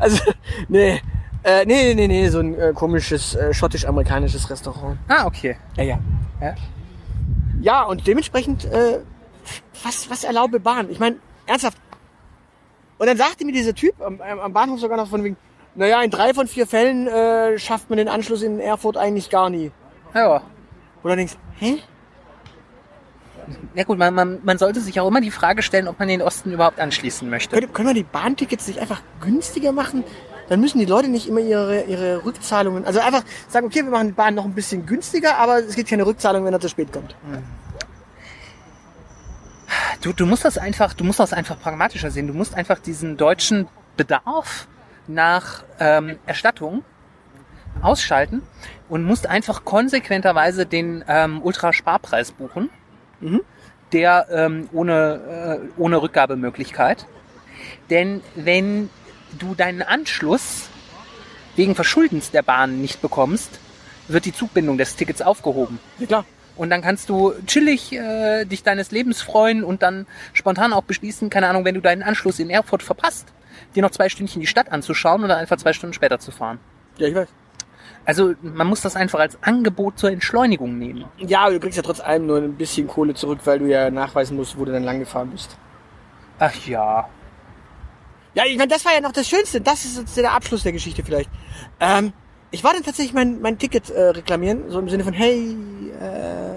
[SPEAKER 2] also, nee. Äh, nee, nee, nee, so ein äh, komisches äh, schottisch-amerikanisches Restaurant.
[SPEAKER 1] Ah, okay.
[SPEAKER 2] Ja, ja.
[SPEAKER 1] Ja.
[SPEAKER 2] Ja, und dementsprechend, äh, was, was erlaube Bahn? Ich meine, ernsthaft. Und dann sagte mir dieser Typ am, am am Bahnhof sogar noch von wegen, naja, in drei von vier Fällen äh, schafft man den Anschluss in Erfurt eigentlich gar nie.
[SPEAKER 1] Ja.
[SPEAKER 2] Oder denkst, hä?
[SPEAKER 1] Ja gut, man, man, man sollte sich auch immer die Frage stellen, ob man den Osten überhaupt anschließen möchte.
[SPEAKER 2] Können, können wir die Bahntickets nicht einfach günstiger machen? Dann müssen die Leute nicht immer ihre, ihre Rückzahlungen. Also einfach sagen, okay, wir machen die Bahn noch ein bisschen günstiger, aber es gibt keine Rückzahlung, wenn er zu spät kommt.
[SPEAKER 1] Du, du musst das einfach, du musst das einfach pragmatischer sehen. Du musst einfach diesen deutschen Bedarf nach ähm, Erstattung ausschalten und musst einfach konsequenterweise den ähm, Ultrasparpreis buchen, der ähm, ohne äh, ohne Rückgabemöglichkeit. Denn wenn du deinen Anschluss wegen Verschuldens der Bahn nicht bekommst, wird die Zugbindung des Tickets aufgehoben.
[SPEAKER 2] Ja klar.
[SPEAKER 1] Und dann kannst du chillig äh, dich deines Lebens freuen und dann spontan auch beschließen, keine Ahnung, wenn du deinen Anschluss in Erfurt verpasst, dir noch zwei Stündchen die Stadt anzuschauen oder einfach zwei Stunden später zu fahren.
[SPEAKER 2] Ja, ich weiß.
[SPEAKER 1] Also man muss das einfach als Angebot zur Entschleunigung nehmen.
[SPEAKER 2] Ja, aber du kriegst ja trotz allem nur ein bisschen Kohle zurück, weil du ja nachweisen musst, wo du dann lang gefahren bist.
[SPEAKER 1] Ach ja.
[SPEAKER 2] Ja, ich meine, das war ja noch das Schönste. Das ist jetzt der Abschluss der Geschichte vielleicht. Ähm, ich war dann tatsächlich mein, mein Ticket äh, reklamieren, so im Sinne von, hey, äh,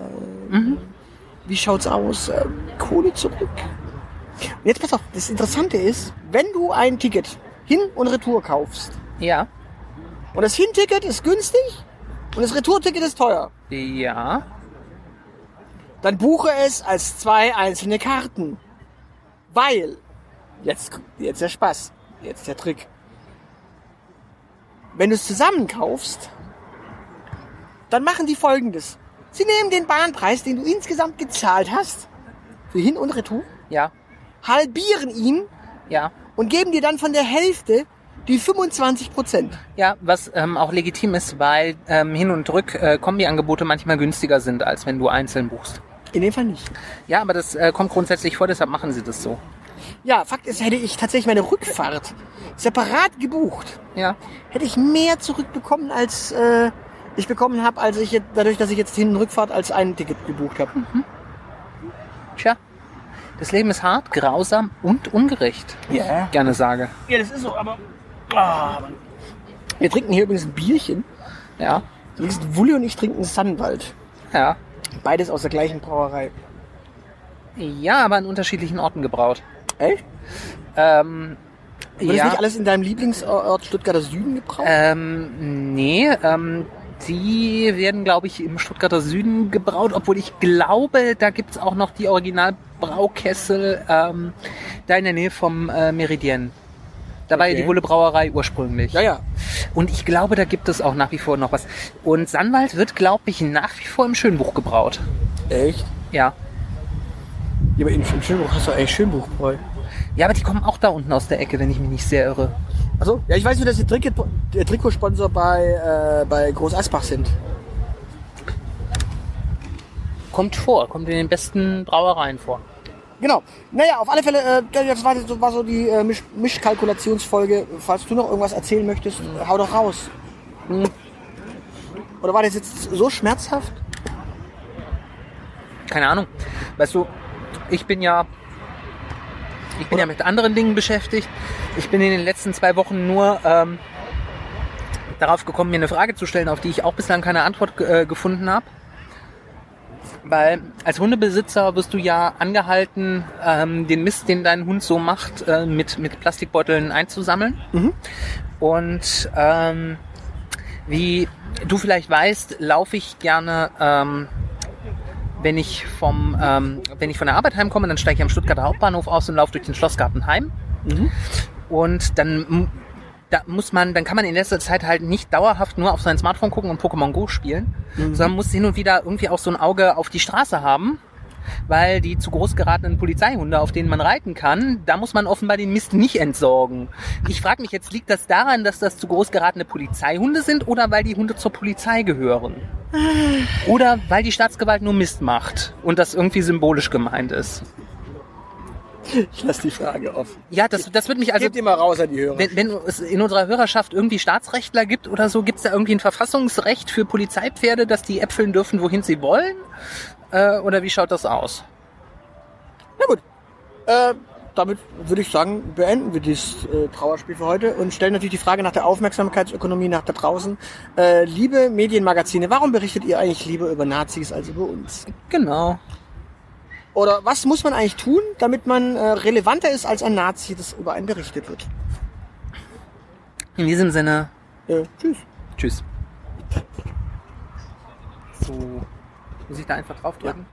[SPEAKER 2] wie schaut's aus? Ähm, Kohle zurück. Äh, Und jetzt pass auf, das Interessante ist, wenn du ein Ticket hin und retour kaufst
[SPEAKER 1] Ja.
[SPEAKER 2] und das Hinticket ist günstig und das Retourticket ist teuer,
[SPEAKER 1] Ja.
[SPEAKER 2] dann buche es als zwei einzelne Karten. Weil, jetzt, jetzt der Spaß, jetzt der Trick. Wenn du es zusammen kaufst, dann machen die folgendes. Sie nehmen den Bahnpreis, den du insgesamt gezahlt hast, für Hin und Retour,
[SPEAKER 1] Ja.
[SPEAKER 2] halbieren ihn
[SPEAKER 1] Ja.
[SPEAKER 2] und geben dir dann von der Hälfte die 25 Prozent.
[SPEAKER 1] Ja, was ähm, auch legitim ist, weil ähm, Hin- und Rück-Kombi-Angebote manchmal günstiger sind, als wenn du einzeln buchst.
[SPEAKER 2] In dem Fall nicht.
[SPEAKER 1] Ja, aber das äh, kommt grundsätzlich vor, deshalb machen sie das so.
[SPEAKER 2] Ja, Fakt ist, hätte ich tatsächlich meine Rückfahrt separat gebucht,
[SPEAKER 1] Ja.
[SPEAKER 2] hätte ich mehr zurückbekommen, als äh, ich bekommen habe, als ich jetzt, dadurch, dass ich jetzt hin und Rückfahrt als ein Ticket gebucht habe.
[SPEAKER 1] Tja. Das Leben ist hart, grausam und ungerecht.
[SPEAKER 2] Ja.
[SPEAKER 1] Gerne sage.
[SPEAKER 2] ja, das ist so, aber. Ah, Mann. Wir trinken hier übrigens ein Bierchen.
[SPEAKER 1] Ja.
[SPEAKER 2] Übrigens, Wulli und ich trinken Sunwald.
[SPEAKER 1] Ja.
[SPEAKER 2] Beides aus der gleichen Brauerei.
[SPEAKER 1] Ja, aber an unterschiedlichen Orten gebraut.
[SPEAKER 2] Echt?
[SPEAKER 1] Ähm,
[SPEAKER 2] Wurde
[SPEAKER 1] ja.
[SPEAKER 2] das nicht alles in deinem Lieblingsort Stuttgarter Süden gebraut?
[SPEAKER 1] Ähm, nee, ähm, die werden, glaube ich, im Stuttgarter Süden gebraut, obwohl ich glaube, da gibt's auch noch die Originalbraukessel ähm, da in der Nähe vom äh, Meridian. Da war ja
[SPEAKER 2] Okay.
[SPEAKER 1] die Bullebrauerei ursprünglich.
[SPEAKER 2] ja, ja.
[SPEAKER 1] Und ich glaube, da gibt es auch nach wie vor noch was. Und Sanwald wird, glaube ich, nach wie vor im Schönbuch gebraut.
[SPEAKER 2] Echt?
[SPEAKER 1] Ja.
[SPEAKER 2] Ja, aber in, in Schönbuch hast du eigentlich Schönbuchbräu.
[SPEAKER 1] Ja, aber die kommen auch da unten aus der Ecke, wenn ich mich nicht sehr irre.
[SPEAKER 2] Achso, ja, ich weiß nur, dass die Trikot, der Trikotsponsor bei, äh, bei Groß Asbach sind.
[SPEAKER 1] Kommt vor, kommt in den besten Brauereien vor.
[SPEAKER 2] Genau. Naja, auf alle Fälle, äh, das war so, war so die äh, Misch Mischkalkulationsfolge. Falls du noch irgendwas erzählen möchtest, hau doch raus. Hm. Oder war das jetzt so schmerzhaft?
[SPEAKER 1] keine Ahnung. Weißt du, ich bin ja, ich bin ja mit anderen Dingen beschäftigt. Ich bin in den letzten zwei Wochen nur ähm, darauf gekommen, mir eine Frage zu stellen, auf die ich auch bislang keine Antwort äh, gefunden habe. Weil als Hundebesitzer wirst du ja angehalten, ähm, den Mist, den dein Hund so macht, äh, mit, mit Plastikbeuteln einzusammeln. Und ähm, wie du vielleicht weißt, laufe ich gerne ähm, wenn ich vom, ähm, wenn ich von der Arbeit heimkomme, dann steige ich am Stuttgarter Hauptbahnhof aus und laufe durch den Schlossgarten heim. Und dann m- da muss man, dann kann man in letzter Zeit halt nicht dauerhaft nur auf sein Smartphone gucken und Pokémon Go spielen, sondern muss hin und wieder irgendwie auch so ein Auge auf die Straße haben, weil die zu groß geratenen Polizeihunde, auf denen man reiten kann, da muss man offenbar den Mist nicht entsorgen. Ich frage mich jetzt, liegt das daran, dass das zu groß geratene Polizeihunde sind oder weil die Hunde zur Polizei gehören? Oder weil die Staatsgewalt nur Mist macht und das irgendwie symbolisch gemeint ist.
[SPEAKER 2] Ich lasse die Frage offen.
[SPEAKER 1] Ja, das, das würde mich also.
[SPEAKER 2] Gebt ihr mal raus an die Hörer.
[SPEAKER 1] Wenn, wenn es in unserer Hörerschaft irgendwie Staatsrechtler gibt oder so, gibt es da irgendwie ein Verfassungsrecht für Polizeipferde, dass die äpfeln dürfen, wohin sie wollen? Äh, oder wie schaut das aus?
[SPEAKER 2] Na gut. Äh, damit würde ich sagen, beenden wir dieses äh, Trauerspiel für heute und stellen natürlich die Frage nach der Aufmerksamkeitsökonomie nach da draußen. Äh, liebe Medienmagazine, warum berichtet ihr eigentlich lieber über Nazis als über uns?
[SPEAKER 1] Genau.
[SPEAKER 2] Oder was muss man eigentlich tun, damit man äh, relevanter ist als ein Nazi, das über einen berichtet wird?
[SPEAKER 1] In diesem Sinne,
[SPEAKER 2] Äh, tschüss.
[SPEAKER 1] tschüss. So, muss ich da einfach draufdrücken?